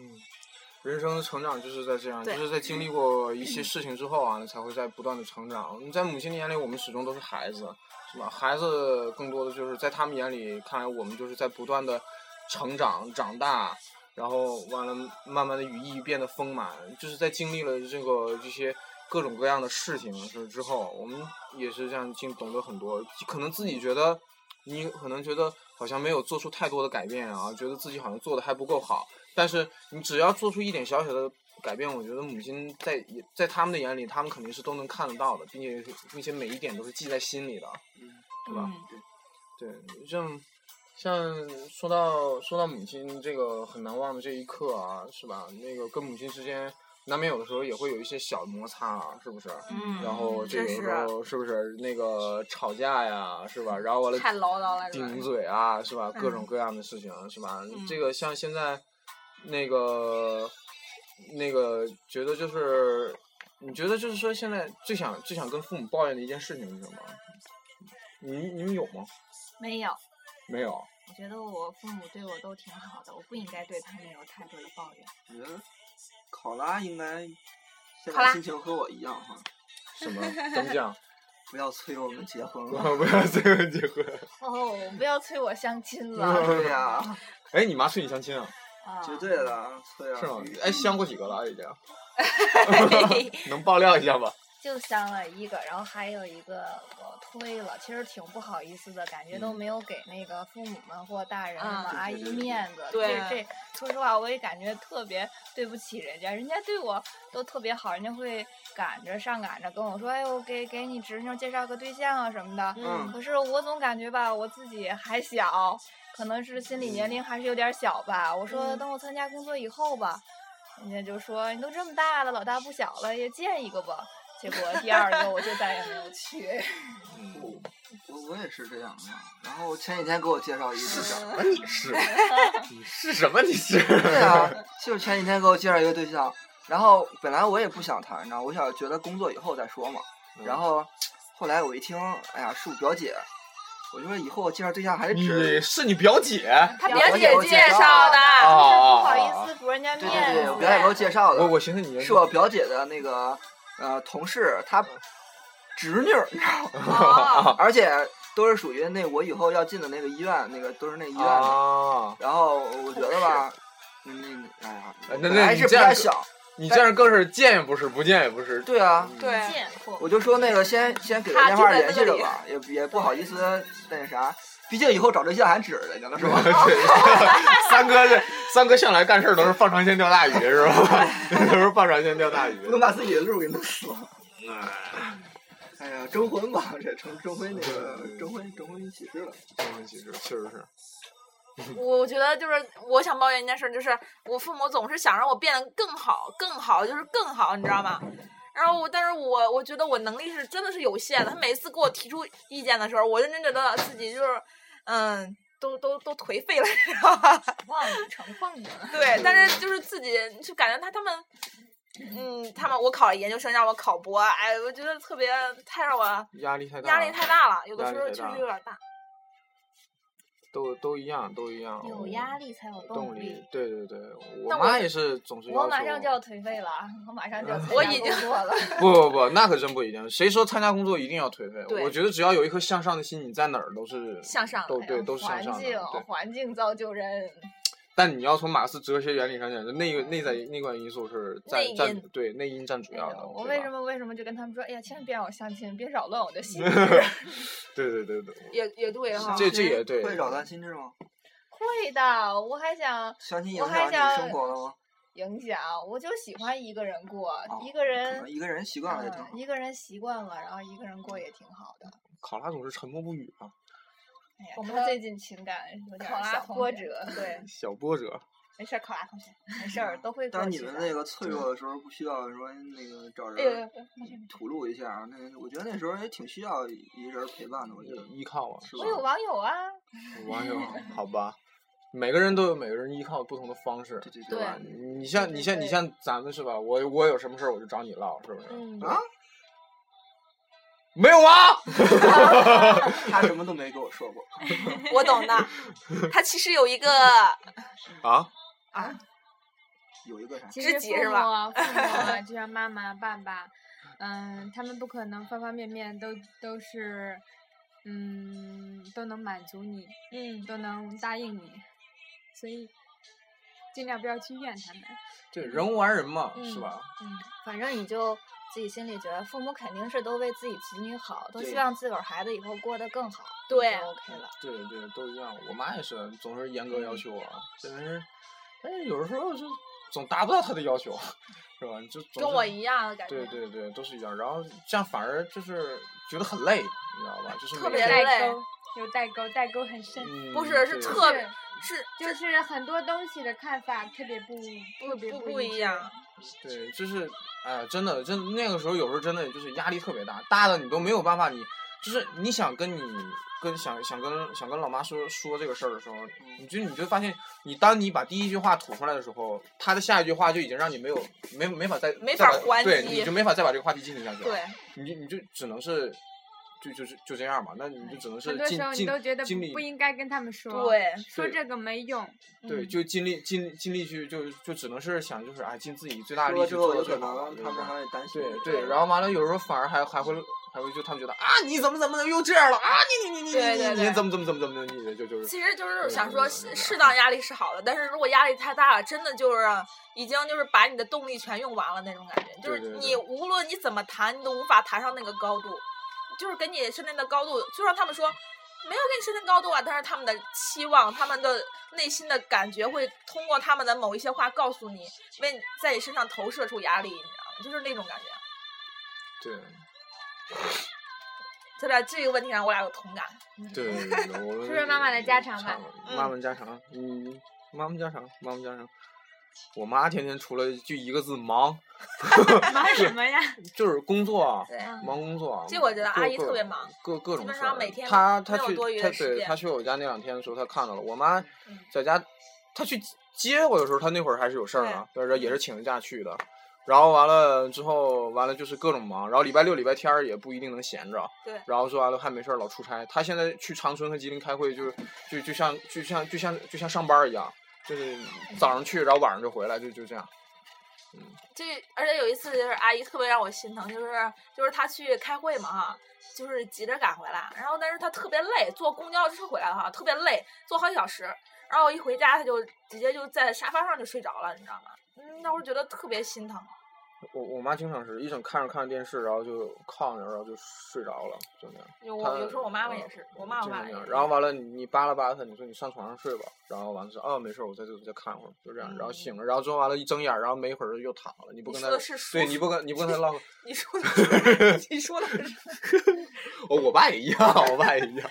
Speaker 2: 人生的成长就是在这样，就
Speaker 3: 对
Speaker 2: 是在经历过一些事情之后啊，你才会在不断的成长。你在母亲的眼里，我们始终都是孩子，是吧？孩子更多的就是在他们眼里看来，我们就是在不断的成长、长大，然后完了，慢慢的羽翼变得丰满。就是在经历了这个这些各种各样的事情是之后，我们也是这样经懂得很多，可能自己觉得。你可能觉得好像没有做出太多的改变啊，觉得自己好像做的还不够好，但是你只要做出一点小小的改变，我觉得母亲在也在他们的眼里，他们肯定是都能看得到的，并且并且每一点都是记在心里的，对吧？对，像像说到说到母亲这个很难忘的这一刻啊，是吧？那个跟母亲之间难免有的时候也会有一些小摩擦啊，是不是？
Speaker 3: 嗯
Speaker 2: 然后这
Speaker 3: 真
Speaker 2: 个时
Speaker 3: 是
Speaker 2: 候是不是那个吵架呀，是吧？然后完了
Speaker 4: 太唠叨了是吧嗯
Speaker 2: 顶嘴啊，是吧？各种各样的事情，是吧？这个像现在那个那个，觉得就是你觉得就是说现在最想最想跟父母抱怨的一件事情是什么？你你们有吗？
Speaker 5: 没有，
Speaker 2: 没有。
Speaker 5: 我觉得我父母对我都挺好的，我不应该对他们有太多的抱怨。
Speaker 6: 我觉得考拉应该现
Speaker 4: 考拉
Speaker 6: 在心情和我一样哈，
Speaker 2: 什 么？怎么讲？
Speaker 6: 不要催我们结婚
Speaker 2: 我
Speaker 6: 了。
Speaker 2: 不要催我结婚。
Speaker 5: 哦，不要催我相亲了
Speaker 6: 啊对呀、
Speaker 2: 哎，你妈催你相亲啊？
Speaker 5: 啊！
Speaker 6: 绝对的，催啊！
Speaker 2: 是吗
Speaker 6: 必须？
Speaker 2: 哎，相过几个了？已 经？ 能爆料一下吧？
Speaker 5: 就相了一个，然后还有一个我推了，其实挺不好意思的，感觉都
Speaker 2: 嗯
Speaker 5: 没有给那个父母们或大人们、
Speaker 3: 啊
Speaker 5: 阿
Speaker 6: 对对
Speaker 5: 姨
Speaker 6: 对对
Speaker 5: 面子。
Speaker 3: 对
Speaker 5: 这这说实话，我也感觉特别对不起人家，人家对我都特别好，人家会赶着上赶着跟我说，哎，我给给你侄女介绍个对象啊什么的。
Speaker 2: 嗯
Speaker 5: 可是我总感觉吧，我自己还小，可能是心理年龄还是有点小吧。我说
Speaker 3: 嗯
Speaker 5: 等我参加工作以后吧，人家就说你都这么大了，老大不小了，也见一个吧。结果第二个我就再也没有去。
Speaker 6: 我我也是这样的。然后前几天给我介绍一对象，
Speaker 2: 啊，你 是你是什么？你是？
Speaker 6: 对啊，就是前几天给我介绍一个对象，然后本来我也不想谈，你知道，我想觉得工作以后再说嘛。
Speaker 2: 嗯
Speaker 6: 然后后来我一听，哎呀，是我表姐，我就说以后我介绍对象还得
Speaker 2: 你
Speaker 6: 指
Speaker 2: 是你表姐
Speaker 3: 他
Speaker 5: 表
Speaker 3: 表
Speaker 5: 姐
Speaker 3: 姐
Speaker 6: 给我
Speaker 3: 介
Speaker 6: 介绍
Speaker 3: 绍的，
Speaker 2: 啊啊
Speaker 5: 就是不好
Speaker 2: 啊！
Speaker 5: 意思驳人家
Speaker 6: 哦对
Speaker 5: 面
Speaker 6: 对对，
Speaker 5: 子。
Speaker 6: 我表姐给我介绍
Speaker 2: 我
Speaker 6: 的，
Speaker 2: 我寻思你
Speaker 6: 是我表姐的那个呃同事，她侄女儿，你知道吗？
Speaker 3: 哦，
Speaker 6: 而且都是属于那我以后要进的那个医院，那个都是那医院的。
Speaker 2: 啊，
Speaker 6: 然后我觉得吧，那那哎呀，
Speaker 2: 那那
Speaker 6: 本来
Speaker 2: 你
Speaker 6: 是不
Speaker 2: 这样
Speaker 6: 太
Speaker 2: 更
Speaker 6: 想，
Speaker 2: 你这样更是见也不是，不见也不嗯是。
Speaker 6: 对啊，
Speaker 3: 对，
Speaker 5: 贱货
Speaker 6: 我就说那个先先给个
Speaker 3: 卡
Speaker 6: 电
Speaker 3: 住
Speaker 6: 话
Speaker 3: 在
Speaker 6: 联
Speaker 3: 这
Speaker 6: 系着
Speaker 3: 里
Speaker 6: 吧，也也不好意思那啥，毕竟以后找对象还指着呢，是吧？
Speaker 2: 三哥这三哥向来干事儿都是放长线钓大鱼，是 吧？都是放长线钓大鱼。
Speaker 6: 不能把自己的路给弄死 了。哎呀，征婚吧，这征征婚那个征婚征婚启事了。
Speaker 2: 嗯其实确实是，
Speaker 3: 我我觉得就是我想抱怨一件事，就是我父母总是想让我变得更好，更好就是更好，你知道吗？然后我，但是我我觉得我能力是真的是有限的。他每次给我提出意见的时候，我认真觉得自己就是，嗯，都都都颓废了，你知道 吧？
Speaker 5: 望女成凤呢。
Speaker 3: 对，但是就是自己就感觉他他们，嗯，他们我考了研究生让我考博，哎，我觉得特别太让我
Speaker 2: 压力太大，
Speaker 3: 压力太，大了，有的
Speaker 2: 压
Speaker 3: 时
Speaker 2: 力
Speaker 3: 候
Speaker 2: 太
Speaker 3: 确
Speaker 2: 大
Speaker 3: 实有点大。
Speaker 2: 都都一样，都一样。
Speaker 5: 有压力才有
Speaker 2: 动力
Speaker 5: 力。，
Speaker 2: 对对对，我
Speaker 3: 但
Speaker 2: 妈
Speaker 3: 我
Speaker 2: 也是总是要
Speaker 5: 我马
Speaker 2: 求
Speaker 5: 上就要颓废了，嗯我马上就要参
Speaker 3: 我
Speaker 5: 加
Speaker 3: 已
Speaker 5: 工
Speaker 3: 经
Speaker 5: 作了。
Speaker 2: 不不不，那可真不一定。谁说参加工作一定要颓废？
Speaker 3: 对
Speaker 2: 我觉得只要有一颗向上的心，你在哪儿都是
Speaker 3: 向上的
Speaker 2: 都
Speaker 5: 哎呀
Speaker 2: 对，都是向
Speaker 5: 环
Speaker 2: 上的。
Speaker 5: 境，
Speaker 2: 对，
Speaker 5: 环境造就人。
Speaker 2: 但你要从马克思哲学原理上讲，就内内在内观因素是占
Speaker 3: 内
Speaker 2: 占
Speaker 3: 因
Speaker 2: 对内因占主要的。
Speaker 5: 哎我
Speaker 2: 对
Speaker 5: 为
Speaker 2: 吧
Speaker 5: 什？么为什么就跟他们说，哎呀，千万别让我相亲，别扰乱我 的心
Speaker 2: 对对对对，
Speaker 3: 也也对哈，
Speaker 2: 这这也对
Speaker 6: 会扰乱心智吗？
Speaker 5: 会的，我还想
Speaker 6: 相亲
Speaker 5: 我
Speaker 6: 影
Speaker 5: 还
Speaker 6: 响你
Speaker 5: 想
Speaker 6: 生活了吗？
Speaker 5: 影响，我就喜欢一个人过，
Speaker 6: 哦
Speaker 5: 一个
Speaker 6: 可
Speaker 5: 人
Speaker 6: 能一个人习惯了就挺
Speaker 5: 嗯
Speaker 6: 好。
Speaker 5: 一个人习惯了，然后一个人过也挺好的。
Speaker 2: 考拉总是沉默不语啊，
Speaker 5: 哎呀
Speaker 4: 我们
Speaker 5: 他
Speaker 4: 的
Speaker 5: 最近情感有点
Speaker 4: 考
Speaker 5: 儿
Speaker 4: 拉
Speaker 5: 小
Speaker 4: 同
Speaker 5: 波
Speaker 4: 学
Speaker 5: 折，对，
Speaker 2: 小波折。
Speaker 5: 没事儿，考拉同学，没事儿，都会过
Speaker 6: 但是你
Speaker 5: 去
Speaker 6: 们那
Speaker 5: 的。
Speaker 6: 个脆弱的时候，不需要说那个找
Speaker 5: 哎呦
Speaker 6: 人，嗯吐露一下。啊那我觉得那时候也挺需要一人陪伴的，我觉得
Speaker 2: 依靠啊，
Speaker 6: 是吧
Speaker 5: 我？有网友啊，
Speaker 2: 网 友，好吧，每个人都有每个人依靠不同的方式
Speaker 6: 对，对
Speaker 2: 对吧？
Speaker 6: 对
Speaker 2: 你像你像你
Speaker 5: 对
Speaker 2: 像咱们是吧？我我有什么事儿我就找你唠，是不是？
Speaker 5: 嗯，
Speaker 6: 啊，
Speaker 2: 没有啊，
Speaker 6: 他什么都没跟我说过。
Speaker 3: 我懂 的，他其实有一个
Speaker 2: 啊，
Speaker 6: 有一个啥？
Speaker 4: 其
Speaker 3: 肢
Speaker 4: 实
Speaker 3: 解
Speaker 4: 父
Speaker 3: 是
Speaker 4: 母
Speaker 3: 吧
Speaker 4: 父母啊就像妈妈、爸爸，嗯，他们不可能方方面面都都是，嗯，都能满足你，
Speaker 5: 嗯，
Speaker 4: 都能答应你，所以尽量不要去怨他们。
Speaker 2: 这人无完人嘛，
Speaker 5: 嗯
Speaker 2: 是吧？
Speaker 5: 反正你就自己心里觉得，父母肯定是都为自己子女好，都希
Speaker 6: 对
Speaker 5: 望自个儿孩子以后过得更好，
Speaker 3: 对
Speaker 5: 就 OK 了。
Speaker 2: 对对，都一样。我妈也是，啊总是严格要求我，啊但是但是有的时候就总达不到她的要求，是吧？就总
Speaker 8: 跟
Speaker 2: 是
Speaker 8: 我一样的感觉。
Speaker 2: 对对对，都是一样。然后这样反而就是觉得很累，你知道吧？就是
Speaker 3: 特
Speaker 2: 每
Speaker 3: 别
Speaker 2: 天
Speaker 3: 累
Speaker 4: 代沟有代沟，代沟很深，
Speaker 2: 嗯
Speaker 3: 不是是
Speaker 2: 对
Speaker 3: 特别
Speaker 4: 是
Speaker 3: 是
Speaker 4: 就是很多东西的看法特别不特别
Speaker 8: 不
Speaker 4: 不
Speaker 8: 不
Speaker 4: 一
Speaker 8: 一
Speaker 4: 致
Speaker 8: 样。
Speaker 2: 对，就是哎、真的，真那个时候有时候真的就是压力特别大，大的你都没有办法，你就是你想跟你跟想想跟想跟老妈说说这个事儿的时候，你就你就发现，你当你把第一句话吐出来的时候，他的下一句话就已经让你没有没没法再
Speaker 3: 没
Speaker 2: 再
Speaker 3: 法
Speaker 2: 把
Speaker 3: 还
Speaker 2: 对，
Speaker 3: 击
Speaker 2: 你就没法再把这个话题进行下去了，
Speaker 3: 对，
Speaker 2: 你就你就只能是。就就是就这样吧，那你就只能是
Speaker 4: 很多
Speaker 2: 尽
Speaker 4: 时候你
Speaker 2: 尽
Speaker 4: 都觉得
Speaker 2: 尽
Speaker 4: 不
Speaker 2: 力
Speaker 4: 不应该跟他们说，
Speaker 5: 对，
Speaker 3: 嗯
Speaker 4: 说
Speaker 2: 对
Speaker 4: 这个没用。
Speaker 2: 对，
Speaker 5: 嗯
Speaker 2: 就尽力尽力尽力去，就就只能是想就是哎，尽自己最大的
Speaker 6: 说
Speaker 2: 力
Speaker 6: 了
Speaker 2: 去
Speaker 6: 之后，
Speaker 2: 做到
Speaker 6: 有
Speaker 2: 最
Speaker 6: 可
Speaker 2: 好。
Speaker 6: 能
Speaker 2: 就是
Speaker 6: 他
Speaker 2: 这样
Speaker 6: 们还会担心。
Speaker 2: 对对，然后完了，有时候反而还还会还会就他们觉得啊，你怎么怎么怎么又这样了啊，你你你你
Speaker 8: 对
Speaker 2: 你
Speaker 8: 对
Speaker 2: 你
Speaker 8: 对
Speaker 2: 怎么怎么怎么怎么怎么你的就就是
Speaker 3: 其实就是想说，
Speaker 2: 对
Speaker 3: 适适当压力是好的，但是如果压力太大了，真的就是让已经就是把你的动力全用完了那种感觉，就是
Speaker 2: 对对对
Speaker 3: 你无论你怎么弹，你都无法弹上那个高度，就是跟你身边的高度，就让他们说没有跟你身边高度啊，但是他们的期望，他们的内心的感觉会通过他们的某一些话告诉你，为你在你身上投射出压力，你知道吗？就是那种感觉。
Speaker 2: 对
Speaker 3: 就在这个问题上，我俩有同感。
Speaker 2: 对对对，对我们
Speaker 4: 说说妈妈的家常吧
Speaker 2: 差不多妈妈家常，嗯，妈妈家常，妈妈家常。我妈天天除了就一个字忙，
Speaker 4: 忙什么呀？
Speaker 2: 就是工作啊，
Speaker 3: 对，
Speaker 2: 忙工作啊。
Speaker 3: 这我觉得
Speaker 2: 各
Speaker 3: 阿姨
Speaker 2: 各
Speaker 3: 特别忙，
Speaker 2: 各各种
Speaker 3: 基本
Speaker 2: 事
Speaker 3: 上
Speaker 2: 儿
Speaker 3: 每天
Speaker 2: 她
Speaker 3: 没
Speaker 2: 她
Speaker 3: 有
Speaker 2: 去
Speaker 3: 多余
Speaker 2: 她
Speaker 3: 的时
Speaker 2: 对
Speaker 3: 间嗯
Speaker 2: 她去我家那两天的时候，她看到了我妈在家，她去接我的时候，她那会儿还是有事儿呢，就是也是请了假去的。然后完了之后，完了就是各种忙，然后礼拜六、礼拜天儿也不一定能闲着。
Speaker 3: 对
Speaker 2: 然后说完了还没事儿老出差，她现在去长春和吉林开会就，就就像就像就像就像上班一样，就是早上去，然后晚上就回来，就就这样。
Speaker 3: 这而且有一次就是阿姨特别让我心疼，就是就是她去开会嘛哈，就是急着赶回来，然后但是她特别累，坐公交车回来哈，特别累，坐好几小时，然后一回家她就直接就在沙发上就睡着了，你知道吗？嗯，那会儿觉得特别心疼。
Speaker 2: 我我妈经常是一整看着看着电视，然后就炕上，然后就睡着了，就那样。
Speaker 3: 有
Speaker 2: 他
Speaker 3: 我有时候我妈妈也
Speaker 2: 嗯
Speaker 3: 是，我妈我
Speaker 2: 经
Speaker 3: 爸
Speaker 2: 常
Speaker 3: 也
Speaker 2: 这
Speaker 3: 是
Speaker 2: 样。然后完了，你你扒拉扒拉他，你说你上床上睡吧。然后完了说，哦，没事儿，我在这再看会儿，就这样。然后醒了，然后之后完了，一睁眼，然后没一会儿又躺了。你不
Speaker 3: 嗯你
Speaker 2: 跟他
Speaker 3: 说的是叔
Speaker 2: 对，你
Speaker 3: 叔
Speaker 2: 不跟你不跟他唠，
Speaker 3: 你说的是你说的是
Speaker 2: 哦，我爸也一样，我爸也一样。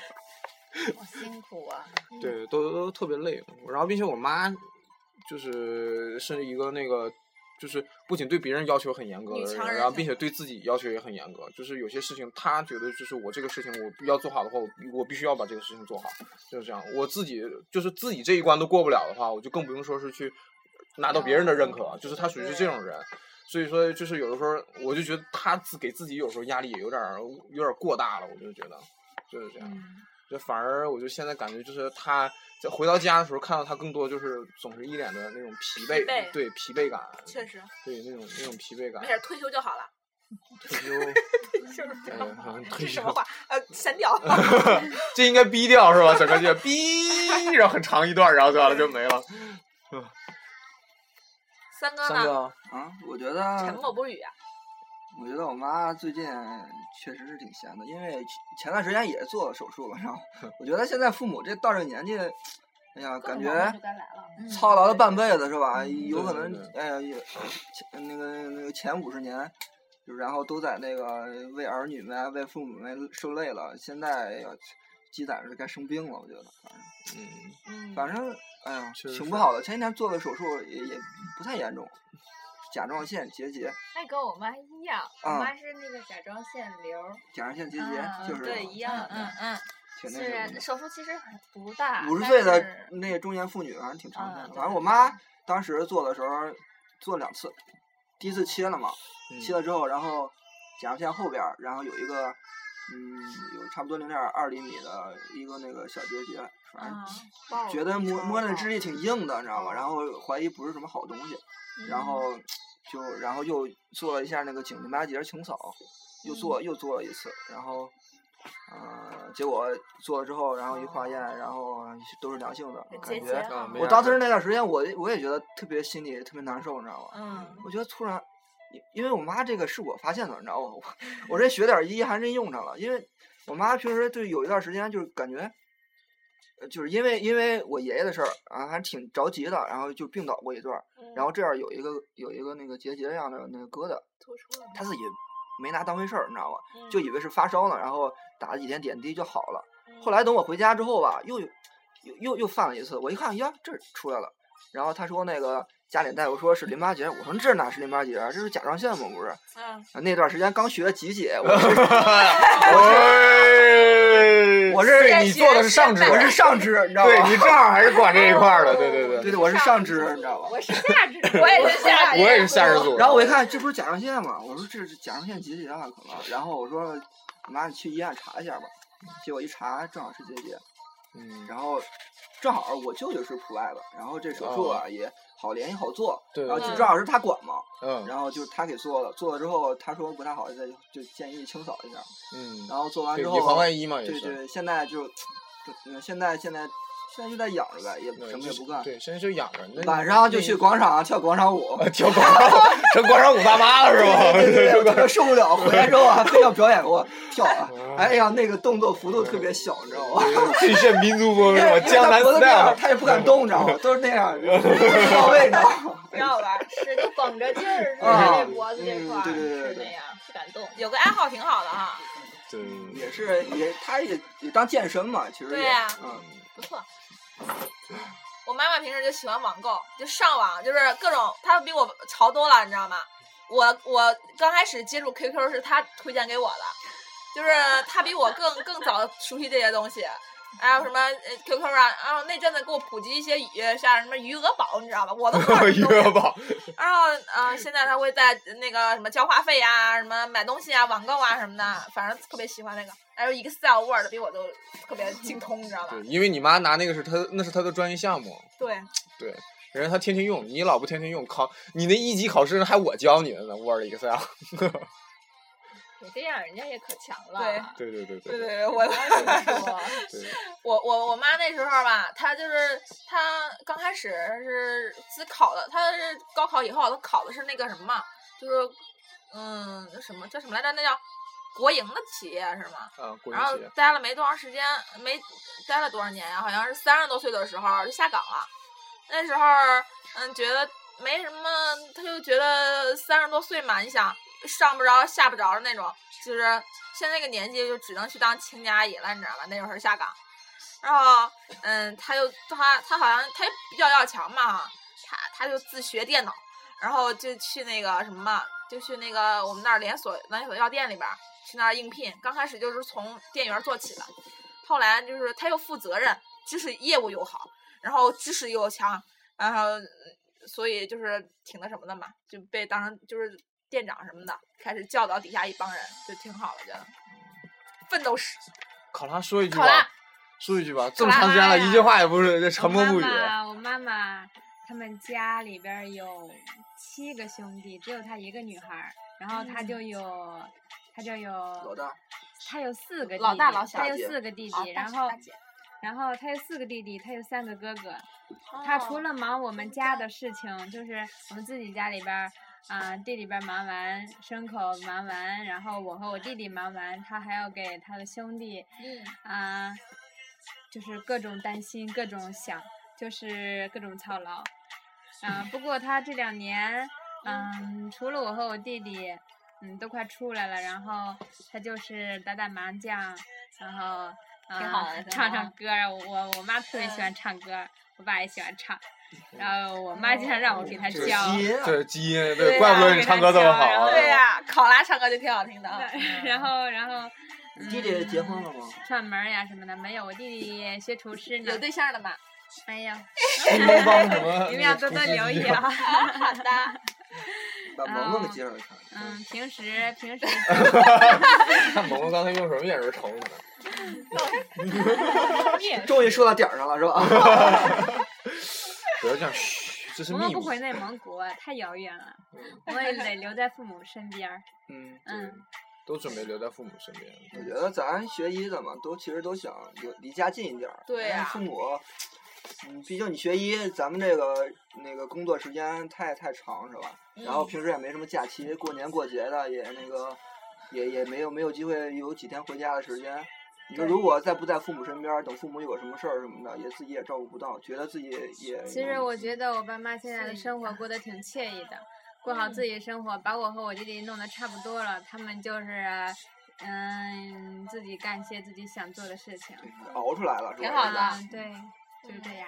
Speaker 5: 好辛苦啊。
Speaker 2: 对，都都特别累。然后，并且我妈就是是一个那个，就是不仅对别人要求很严格
Speaker 3: 女
Speaker 2: 的
Speaker 3: 强
Speaker 2: 人，
Speaker 3: 人
Speaker 2: 然后并且对自己要求也很严格。就是有些事情，她觉得就是我这个事情我要做好的话，我必我必须要把这个事情做好，就是这样。我自己就是自己这一关都过不了的话，我就更不用说是去拿到别人的认可，就是她属于是这种人。所以说，就是有的时候，我就觉得她自给自己有时候压力也有点儿有点儿过大了，我就觉得就是这样。
Speaker 3: 嗯
Speaker 2: 就反而我就现在感觉就是他在回到家的时候，看到他更多就是总是一脸的那种疲惫，
Speaker 3: 惫
Speaker 2: 对疲惫感，
Speaker 3: 确实
Speaker 2: 对那种那种疲惫感
Speaker 3: 没，事，退休就好了，
Speaker 2: 退休，
Speaker 3: 就是
Speaker 2: 哎呀好像退
Speaker 3: 这是
Speaker 2: 休
Speaker 3: 什 么，话？呃，删掉。
Speaker 2: 这应该逼掉是吧？整个就逼，然后很长一段，然后就完了就没了。
Speaker 3: 三哥
Speaker 2: 三
Speaker 3: 呢？
Speaker 2: 哥，
Speaker 6: 啊，我觉
Speaker 3: 沉
Speaker 6: 得，
Speaker 3: 默不语啊。
Speaker 6: 我觉得我妈最近确实是挺闲的，因为前前段时间也做了手术了，然后我觉得现在父母这到这个年纪，哎呀，
Speaker 4: 各
Speaker 6: 感
Speaker 4: 种
Speaker 6: 觉
Speaker 4: 毛病就该来了。
Speaker 6: 操劳了半辈子是吧？
Speaker 4: 嗯
Speaker 6: 有可
Speaker 2: 对
Speaker 6: 能
Speaker 2: 对对，
Speaker 6: 哎呀，有前那个那个前五十年，就然后都在那个为儿女们啊、为父母们受累了。现在要积攒着该生病了，我觉得，
Speaker 2: 嗯，
Speaker 6: 反正反正，哎呀，
Speaker 2: 确实
Speaker 6: 挺
Speaker 2: 是
Speaker 6: 不好的。前几天做个手术也也不太严重，甲状腺结节，
Speaker 4: 那跟我妈一样，我
Speaker 6: 啊
Speaker 4: 妈是那个甲状腺瘤儿，
Speaker 6: 甲状腺结节
Speaker 4: 啊
Speaker 6: 就是
Speaker 4: 对一样
Speaker 6: 嗯
Speaker 4: 嗯
Speaker 3: 嗯，
Speaker 6: 挺
Speaker 4: 虽
Speaker 6: 那
Speaker 4: 然
Speaker 6: 什么
Speaker 4: 手术其实很不大，
Speaker 6: 的。五十
Speaker 4: 但
Speaker 6: 岁的
Speaker 4: 是
Speaker 6: 那个中年妇女，反正挺常见
Speaker 4: 啊
Speaker 6: 的。
Speaker 4: 对
Speaker 6: 反正
Speaker 4: 对
Speaker 6: 我妈当时做的时候做两次，第一次切了嘛。
Speaker 2: 嗯
Speaker 6: 切了之后，然后甲状腺后边儿，然后有一个，嗯，有差不多零点二厘米的一个那个小结节，反正觉得摸摸那支力挺硬的，你知道吗？然后怀疑不是什么好东西，然后就然后又做了一下那个颈淋巴结清扫，又做又做了一次，然后。呃，结果做了之后，然后一化验，然后都是良性的，感
Speaker 3: 结
Speaker 6: 觉
Speaker 3: 节
Speaker 2: 啊，没
Speaker 6: 我
Speaker 2: 啥
Speaker 6: 当
Speaker 2: 事
Speaker 6: 时那段时间，我我也觉得特别心里特别难受，你知道吗？
Speaker 3: 嗯，
Speaker 6: 我觉得突然，因因为我妈这个是我发现的，你知道吗？我我这学点儿医还真用上了，因为我妈平时对有一段时间就是感觉，呃就是因为因为我爷爷的事儿啊，还挺着急的，然后就病倒过一段儿，然后这儿有一个有一个那个结节一样的那个疙瘩，
Speaker 3: 突出了
Speaker 6: 她自己没拿当回事儿，你知道吗？就以为是发烧呢，然后打了几天点滴就好了。后来等我回家之后吧，又有又又又犯了一次，我一看哎呀，这儿出来了。然后他说那个家里大夫说是淋巴结，我说这哪是淋巴结啊，这是甲状腺嘛，不是？
Speaker 3: 嗯，
Speaker 6: 啊那段时间刚学的集解，我 是
Speaker 2: 哎
Speaker 6: 我是
Speaker 2: 你做的是上肢，
Speaker 6: 我是上肢，你知道
Speaker 2: 对
Speaker 6: 吗？
Speaker 2: 你正好还是管这一块儿的，对对
Speaker 6: 对
Speaker 2: 对，
Speaker 6: 对，我是上肢，你知道吧？
Speaker 4: 我是下肢我
Speaker 3: 我
Speaker 4: 也
Speaker 3: 也是
Speaker 4: 是下
Speaker 3: 下
Speaker 4: 肢。
Speaker 3: 肢
Speaker 2: 我也是下肢组。
Speaker 6: 然后我一，看，这不是甲状腺吗？我说这是甲状腺结节啊，可能。然后我说，妈，你去医院查一下吧。结果一查，正好是结节。
Speaker 2: 嗯，
Speaker 6: 然后正好我舅舅是普外的，然后这手术啊也好联系好做，
Speaker 2: 哦对，
Speaker 6: 然后
Speaker 2: 对
Speaker 6: 就正好是他管嘛，
Speaker 2: 嗯
Speaker 6: 然后就是他给做了，做了之后他说不太好，再就建议清扫一下，
Speaker 2: 嗯，
Speaker 6: 然后做完
Speaker 2: 对
Speaker 6: 之
Speaker 2: 以防
Speaker 6: 后，
Speaker 2: 万一嘛，也
Speaker 6: 对
Speaker 2: 是。
Speaker 6: 对，现在就，嗯，现在现在现在就在养着呗，也
Speaker 2: 对
Speaker 6: 什么
Speaker 2: 就
Speaker 6: 也不干，
Speaker 2: 对，身上就养着。那
Speaker 6: 晚上就去
Speaker 2: 那
Speaker 6: 广场啊跳广场舞。 哎
Speaker 2: 跳广场舞，成广场舞大妈了是吧？
Speaker 6: 对 对对，我特受不了，回来之后啊还非要表演我跳啊，
Speaker 2: 嗯
Speaker 6: 哎呀，那个动作幅度特别小，你知道 吗？
Speaker 2: 最炫民族风是
Speaker 6: 因
Speaker 2: 吧？
Speaker 6: 为
Speaker 2: 江南
Speaker 6: 他脖子那样，
Speaker 2: style，
Speaker 6: 他也不敢动，你知道吗？都是 那样，到位，你知道吗？
Speaker 9: 挺好玩儿，是就绷着劲 儿，是
Speaker 6: 啊
Speaker 9: 这脖子这
Speaker 6: 嗯
Speaker 9: 块儿
Speaker 6: 对对对
Speaker 9: 是
Speaker 6: 对
Speaker 9: 那样，不敢动。
Speaker 3: 有个爱好挺好的哈，
Speaker 2: 对，
Speaker 6: 也是也，他也也当健身嘛，其实也
Speaker 3: 对呀
Speaker 6: 嗯，
Speaker 3: 不错。我妈妈平时就喜欢网购，就上网，就是各种，她比我潮多了，你知道吗？我我刚开始接触 QQ 是她推荐给我的，就是她比我更更早熟悉这些东西，还有什么呃 QQ 啊，然后那阵子给我普及一些语，像什么余额宝，你知道吧？我都不知道这
Speaker 2: 余
Speaker 3: 东西
Speaker 2: 额宝，
Speaker 3: 然后呃，现在他会在那个什么交话费呀、什么买东西啊、网购啊什么的，反正特别喜欢那个。还有 Excel、Word 比我都特别精通，你知道吧
Speaker 2: 对，？因为你妈拿那个是她，那是她的专业项目，
Speaker 3: 对，
Speaker 2: 对，人家她天天用，你老不天天用，考你那一级考试还我教你的呢，Word、Excel，
Speaker 4: 你这样，人家也可强了。
Speaker 3: 对
Speaker 2: 对对对
Speaker 3: 对
Speaker 2: 对
Speaker 3: 对对，我
Speaker 4: 说
Speaker 2: 对，
Speaker 3: 我我我妈那时候吧，她就是她刚开始是自考的，她是高考以后啊她考的是那个什么嘛，就是嗯那什么叫什么来着？那叫国营的企业是吗？
Speaker 2: 啊，国
Speaker 3: 然后
Speaker 2: 营企业，
Speaker 3: 待了没多长时间，没待了多少年呀、好像是三十多岁的时候就下岗了。那时候，嗯，觉得没什么，他就觉得三十多岁嘛，你想上不着下不着的那种，就是现在这个年纪就只能去当亲家阿姨了，你知道吧？那会儿下岗，然后，嗯，他就他他好像他也比较要强嘛，他他就自学电脑，然后就去那个什么嘛，就去那个我们那儿连锁连锁药店里边儿去那儿应聘。刚开始就是从店员做起的，后来就是他又负责任，知识业务又好，然后知识又强，然后嗯所以就是挺那什么的嘛，就被当成就是店长什么的，开始教导底下一帮人，就挺好的，觉得奋斗史。
Speaker 2: 考拉说一句
Speaker 3: 考拉
Speaker 2: 吧，说一句吧，这么
Speaker 4: 考拉
Speaker 2: 长时间了，
Speaker 4: 呀
Speaker 2: 一句话也不是，这沉默不语
Speaker 4: 我。妈妈，我妈妈他们家里边儿有七个兄弟，只有她一个女孩儿，然后她就有，她就
Speaker 6: 嗯老
Speaker 4: 有，
Speaker 6: 大，
Speaker 4: 她有四个弟弟，
Speaker 3: 老大老小
Speaker 4: 她有
Speaker 6: 姐
Speaker 4: 四个弟
Speaker 3: 哦
Speaker 4: 弟，
Speaker 3: 大
Speaker 4: 然
Speaker 3: 姐
Speaker 4: 后
Speaker 3: 大姐
Speaker 4: 然后她有四个弟弟，她有三个哥哥。
Speaker 3: 哦
Speaker 4: 她除了忙我们家的事情，就是我们自己家里边儿。啊，地里边儿忙完，牲口忙完，然后我和我弟弟忙完，她还要给
Speaker 3: 嗯
Speaker 4: 她的兄弟，啊，就是各种担心，各种想，就是各种操劳。啊，不过他这两年，嗯，除了我和我弟弟，嗯，都快出来了，然后他就是打打麻将，然后嗯，
Speaker 5: 挺好的挺
Speaker 4: 唱
Speaker 5: 好
Speaker 4: 唱歌儿。我我妈特别喜欢唱歌儿，我爸也喜欢唱，然后我妈经常让我给他
Speaker 2: 嗯这是
Speaker 4: 教。
Speaker 6: 基因啊
Speaker 2: 这是基因，
Speaker 4: 对
Speaker 2: 对，怪不
Speaker 4: 啊
Speaker 2: 得你
Speaker 4: 给
Speaker 2: 唱
Speaker 4: 他
Speaker 2: 歌这么
Speaker 4: 教
Speaker 2: 好
Speaker 4: 然后
Speaker 2: 啊。
Speaker 7: 对呀、考拉唱歌就挺好听的啊。
Speaker 4: 然后然后
Speaker 6: 你弟弟结婚了吗？
Speaker 4: 串门儿呀什么的没有，我弟弟学厨师呢
Speaker 7: 有。对象了吗？
Speaker 4: 没有，
Speaker 2: 丐帮什么？
Speaker 4: 你们要多多留意 啊。。
Speaker 7: 好的，
Speaker 6: 把萌萌给介绍一下。
Speaker 4: 啊嗯，平时平时
Speaker 2: 看萌萌刚才用什么眼神瞅你呢？
Speaker 6: 终于说到点儿上了，是吧？
Speaker 2: 不要这样，嘘，这是
Speaker 4: 我们
Speaker 2: 秘
Speaker 4: 不
Speaker 2: 密。
Speaker 4: 回内蒙古，太遥远了，
Speaker 5: 嗯
Speaker 4: 我们也得留在父母身边儿。
Speaker 2: 嗯，
Speaker 4: 嗯，
Speaker 2: 都准备留在父母身边。
Speaker 6: 我觉得咱学医的嘛，都其实都想有离家近一点儿。
Speaker 7: 对
Speaker 6: 因为
Speaker 4: 啊
Speaker 7: 呀
Speaker 6: 父母，嗯，毕竟你学医，咱们这个那个工作时间太太长是吧？然
Speaker 4: 嗯
Speaker 6: 后平时也没什么假期，过年过节的也那个，也也没有没有机会有几天回家的时间。你说如果再不在父母身边儿，等父母有什么事儿什么的，也自己也照顾不到，觉得自己也。
Speaker 4: 其实我觉得我爸妈现在的生活过得挺惬意的，过好自己的生活，把我和我弟弟弄得差不多了，他们就是。嗯，自己干些自己想做的事情，
Speaker 6: 熬出来了是吧？
Speaker 7: 挺好的
Speaker 4: 嗯对，就是这样。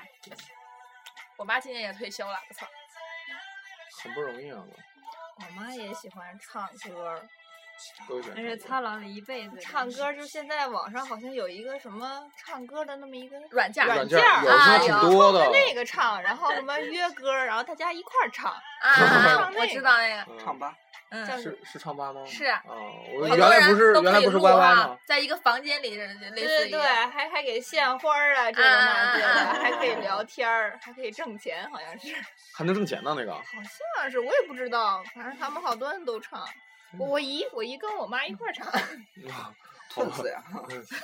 Speaker 7: 我妈今年也退休了，我操！
Speaker 2: 很不容易啊，
Speaker 5: 我妈也喜欢唱歌儿，
Speaker 2: 都喜
Speaker 4: 但
Speaker 2: 欢
Speaker 4: 是操劳了一辈子，
Speaker 5: 嗯唱歌儿就现在网上好像有一个什么唱歌的那么一个
Speaker 7: 软件
Speaker 2: 软
Speaker 5: 件
Speaker 2: 件
Speaker 5: 儿
Speaker 2: 儿有时
Speaker 5: 啊
Speaker 2: 候
Speaker 5: 有
Speaker 2: 挺多的
Speaker 5: 冲着那个唱，然后什 么约歌儿，然后大家一块儿唱，
Speaker 7: 啊，
Speaker 5: 唱那
Speaker 7: 我知道那个，
Speaker 2: 嗯
Speaker 6: 唱吧，
Speaker 5: 叫
Speaker 7: 嗯，
Speaker 2: 是是唱吧吗？
Speaker 7: 是
Speaker 2: 啊，我
Speaker 7: 很
Speaker 2: 原
Speaker 7: 多
Speaker 2: 来不是
Speaker 7: 人都
Speaker 2: 原来
Speaker 7: 可以
Speaker 2: 不是
Speaker 7: 录
Speaker 2: YY
Speaker 7: 啊
Speaker 2: 吗？，
Speaker 7: 在一个房间里，类
Speaker 5: 对
Speaker 7: 似
Speaker 5: 对
Speaker 7: 于
Speaker 5: 对，还还给献花儿啊，这个那个
Speaker 7: 啊啊
Speaker 5: 的，
Speaker 7: 啊
Speaker 5: 还可以聊天儿，还可以挣钱，好像是，
Speaker 2: 还能挣钱 呢，那个。
Speaker 5: 好像是，我也不知道，反正他们好多人 都唱。我我姨我姨跟我妈一块儿唱，
Speaker 2: 哇
Speaker 6: 痛死呀！
Speaker 2: 困死！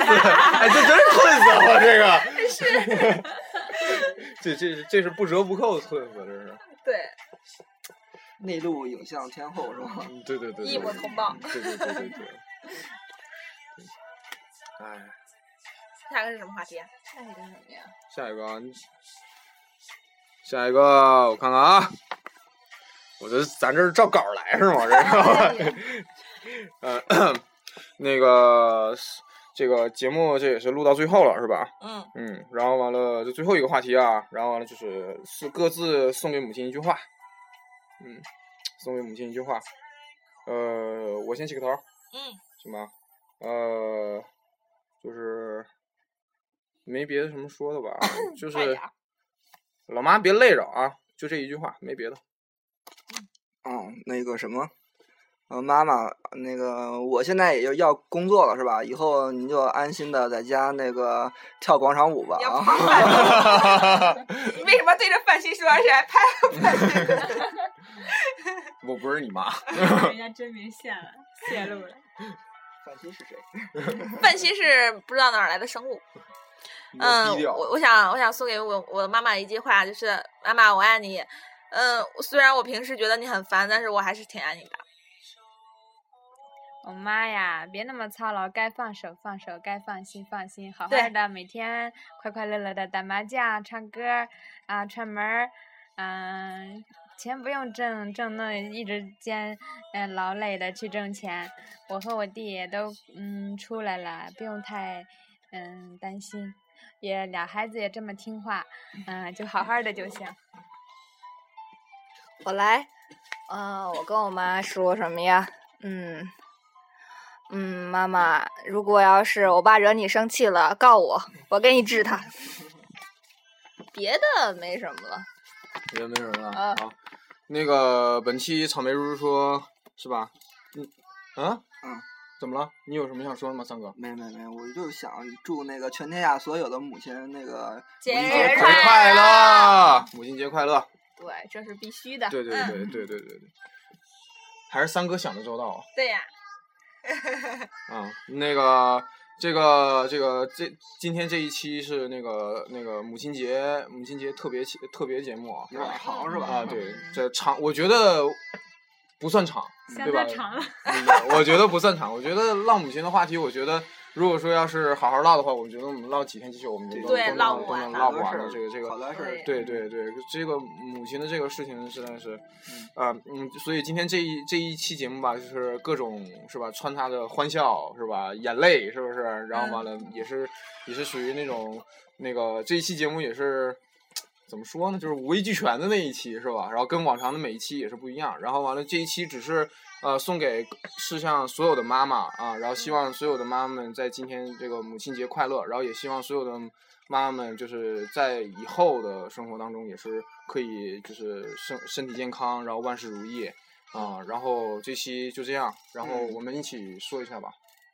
Speaker 2: 哎，这真是困死了，这个。 是。这这这是不折不扣的困死，这是。
Speaker 7: 对，
Speaker 6: 内陆影像天后是吧？
Speaker 2: 嗯，对对对。
Speaker 7: 异母
Speaker 2: 对
Speaker 7: 同胞。
Speaker 2: 对对对 对对。哎，
Speaker 7: 下一个是什么话题啊？
Speaker 5: 下一个什么呀？
Speaker 2: 下一个啊，你下一个，我看看啊。我这咱这是照稿儿来是吗？这是。
Speaker 5: 哎
Speaker 2: 嗯，那个这个节目这也是录到最后了是吧？
Speaker 7: 嗯，
Speaker 2: 嗯，然后完了，就最后一个话题啊，然后完了就是是各自送给母亲一句话，嗯，送给母亲一句话，呃，我先起个头，
Speaker 7: 嗯，
Speaker 2: 行吧，呃，就是没别的什么说 的吧，就
Speaker 7: 快
Speaker 2: 是
Speaker 7: 点儿
Speaker 2: 老妈别累着啊，就这一句话，没别的，
Speaker 6: 嗯，那个什么，呃，妈妈，那个我现在也就要工作了，是吧？以后您就安心的在家那个跳广场舞吧
Speaker 7: 要
Speaker 6: 啊！
Speaker 7: 你为什么对着范鑫说，而且还拍？
Speaker 2: 我不是你 妈，
Speaker 4: 人家真名现了，泄露了。
Speaker 6: 范鑫是谁？
Speaker 7: 范鑫是不知道哪儿来的生物。嗯，
Speaker 2: 低调，
Speaker 7: 我我想我想送给我我妈妈一句话，就是妈妈我爱你。嗯，虽然我平时觉得你很烦，但是我还是挺爱你的。
Speaker 4: 我妈呀，别那么操劳，该放手放手，该放心放心，好
Speaker 7: 对
Speaker 4: 好的，每天快快乐乐的打麻将、唱歌儿啊、串门儿，嗯、钱不用挣，挣那一直坚呃劳累的去挣钱。我和我弟也都嗯出来了，不用太嗯担心，也俩孩子也这么听话，嗯、就好好的就行。
Speaker 2: 嗯
Speaker 5: 我来，呃，我跟我妈说什么呀？嗯，嗯，妈妈，如果要是我爸惹你生气了，告我，我给你治他。 别的没什么了，
Speaker 2: 也没什么了
Speaker 7: 呃
Speaker 5: 啊
Speaker 2: 啊。那个本期草莓叔叔说是吧？嗯啊
Speaker 6: 嗯，
Speaker 2: 怎么了？你有什么想说的吗，三哥？
Speaker 6: 没没没，我就想祝那个全天下所有的母亲那个
Speaker 7: 节
Speaker 6: 母亲
Speaker 7: 日
Speaker 2: 节
Speaker 6: 快乐
Speaker 2: 快
Speaker 7: 啊
Speaker 2: 乐，母亲节快乐！
Speaker 5: 对，这是必须的。
Speaker 2: 对对
Speaker 7: 嗯
Speaker 2: 对对对对对，还是三哥想的周到啊。
Speaker 7: 对呀、
Speaker 2: 啊，那个，这个，这个，这今天这一期是那个那个母亲节母亲节特别期特别节目啊，
Speaker 6: 有点长是吧？
Speaker 2: 啊，对，这长我觉得不算长，对吧？嗯
Speaker 4: 了，
Speaker 2: 嗯我觉得不算长。我觉得浪母亲的话题，我觉得如果说要是好好唠的话，我觉得我们唠几天，其实我们就都
Speaker 3: 对
Speaker 2: 都
Speaker 3: 唠
Speaker 2: 能
Speaker 3: 不
Speaker 2: 都
Speaker 3: 完
Speaker 2: 能
Speaker 3: 的
Speaker 2: 唠
Speaker 6: 好
Speaker 2: 不
Speaker 6: 多
Speaker 2: 完
Speaker 6: 事
Speaker 2: 的
Speaker 6: 儿，
Speaker 2: 这个这个
Speaker 6: 好多事
Speaker 3: 对
Speaker 6: 儿，
Speaker 2: 对对对，这个母亲的这个事情实在是，啊、嗯，所以今天这一这一期节目吧，就是各种是吧，穿插着欢笑是吧，眼泪是不是？然后完了也是、也是属于那种那个这一期节目也是怎么说呢，就是五味俱全的那一期是吧？然后跟往常的每一期也是不一样。然后完了这一期只是呃送给世上所有的妈妈啊，然后希望所有的妈妈们在今天这个母亲节快乐，然后也希望所有的。妈妈们就是在以后的生活当中也是可以就是身身体健康，然后万事如意啊、然后这期就这样，然后我们一起说一下吧，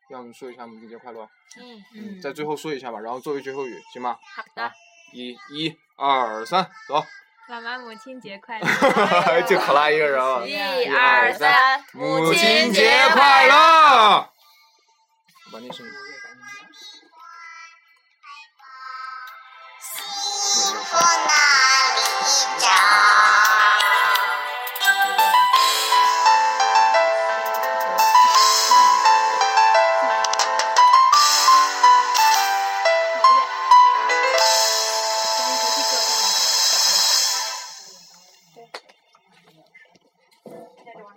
Speaker 2: 让我们说一下母亲节快乐，
Speaker 3: 嗯，
Speaker 4: 嗯，
Speaker 2: 在最后说一下吧，然后作为最后语，行吧？
Speaker 3: 好的，
Speaker 2: 一、一、二、三，走！
Speaker 4: 妈妈母亲 节快乐！哎
Speaker 2: 就考拉一个人啊！
Speaker 3: 一
Speaker 2: 一
Speaker 3: 二
Speaker 2: 二
Speaker 3: 三，
Speaker 2: 母亲节快乐！把那声音。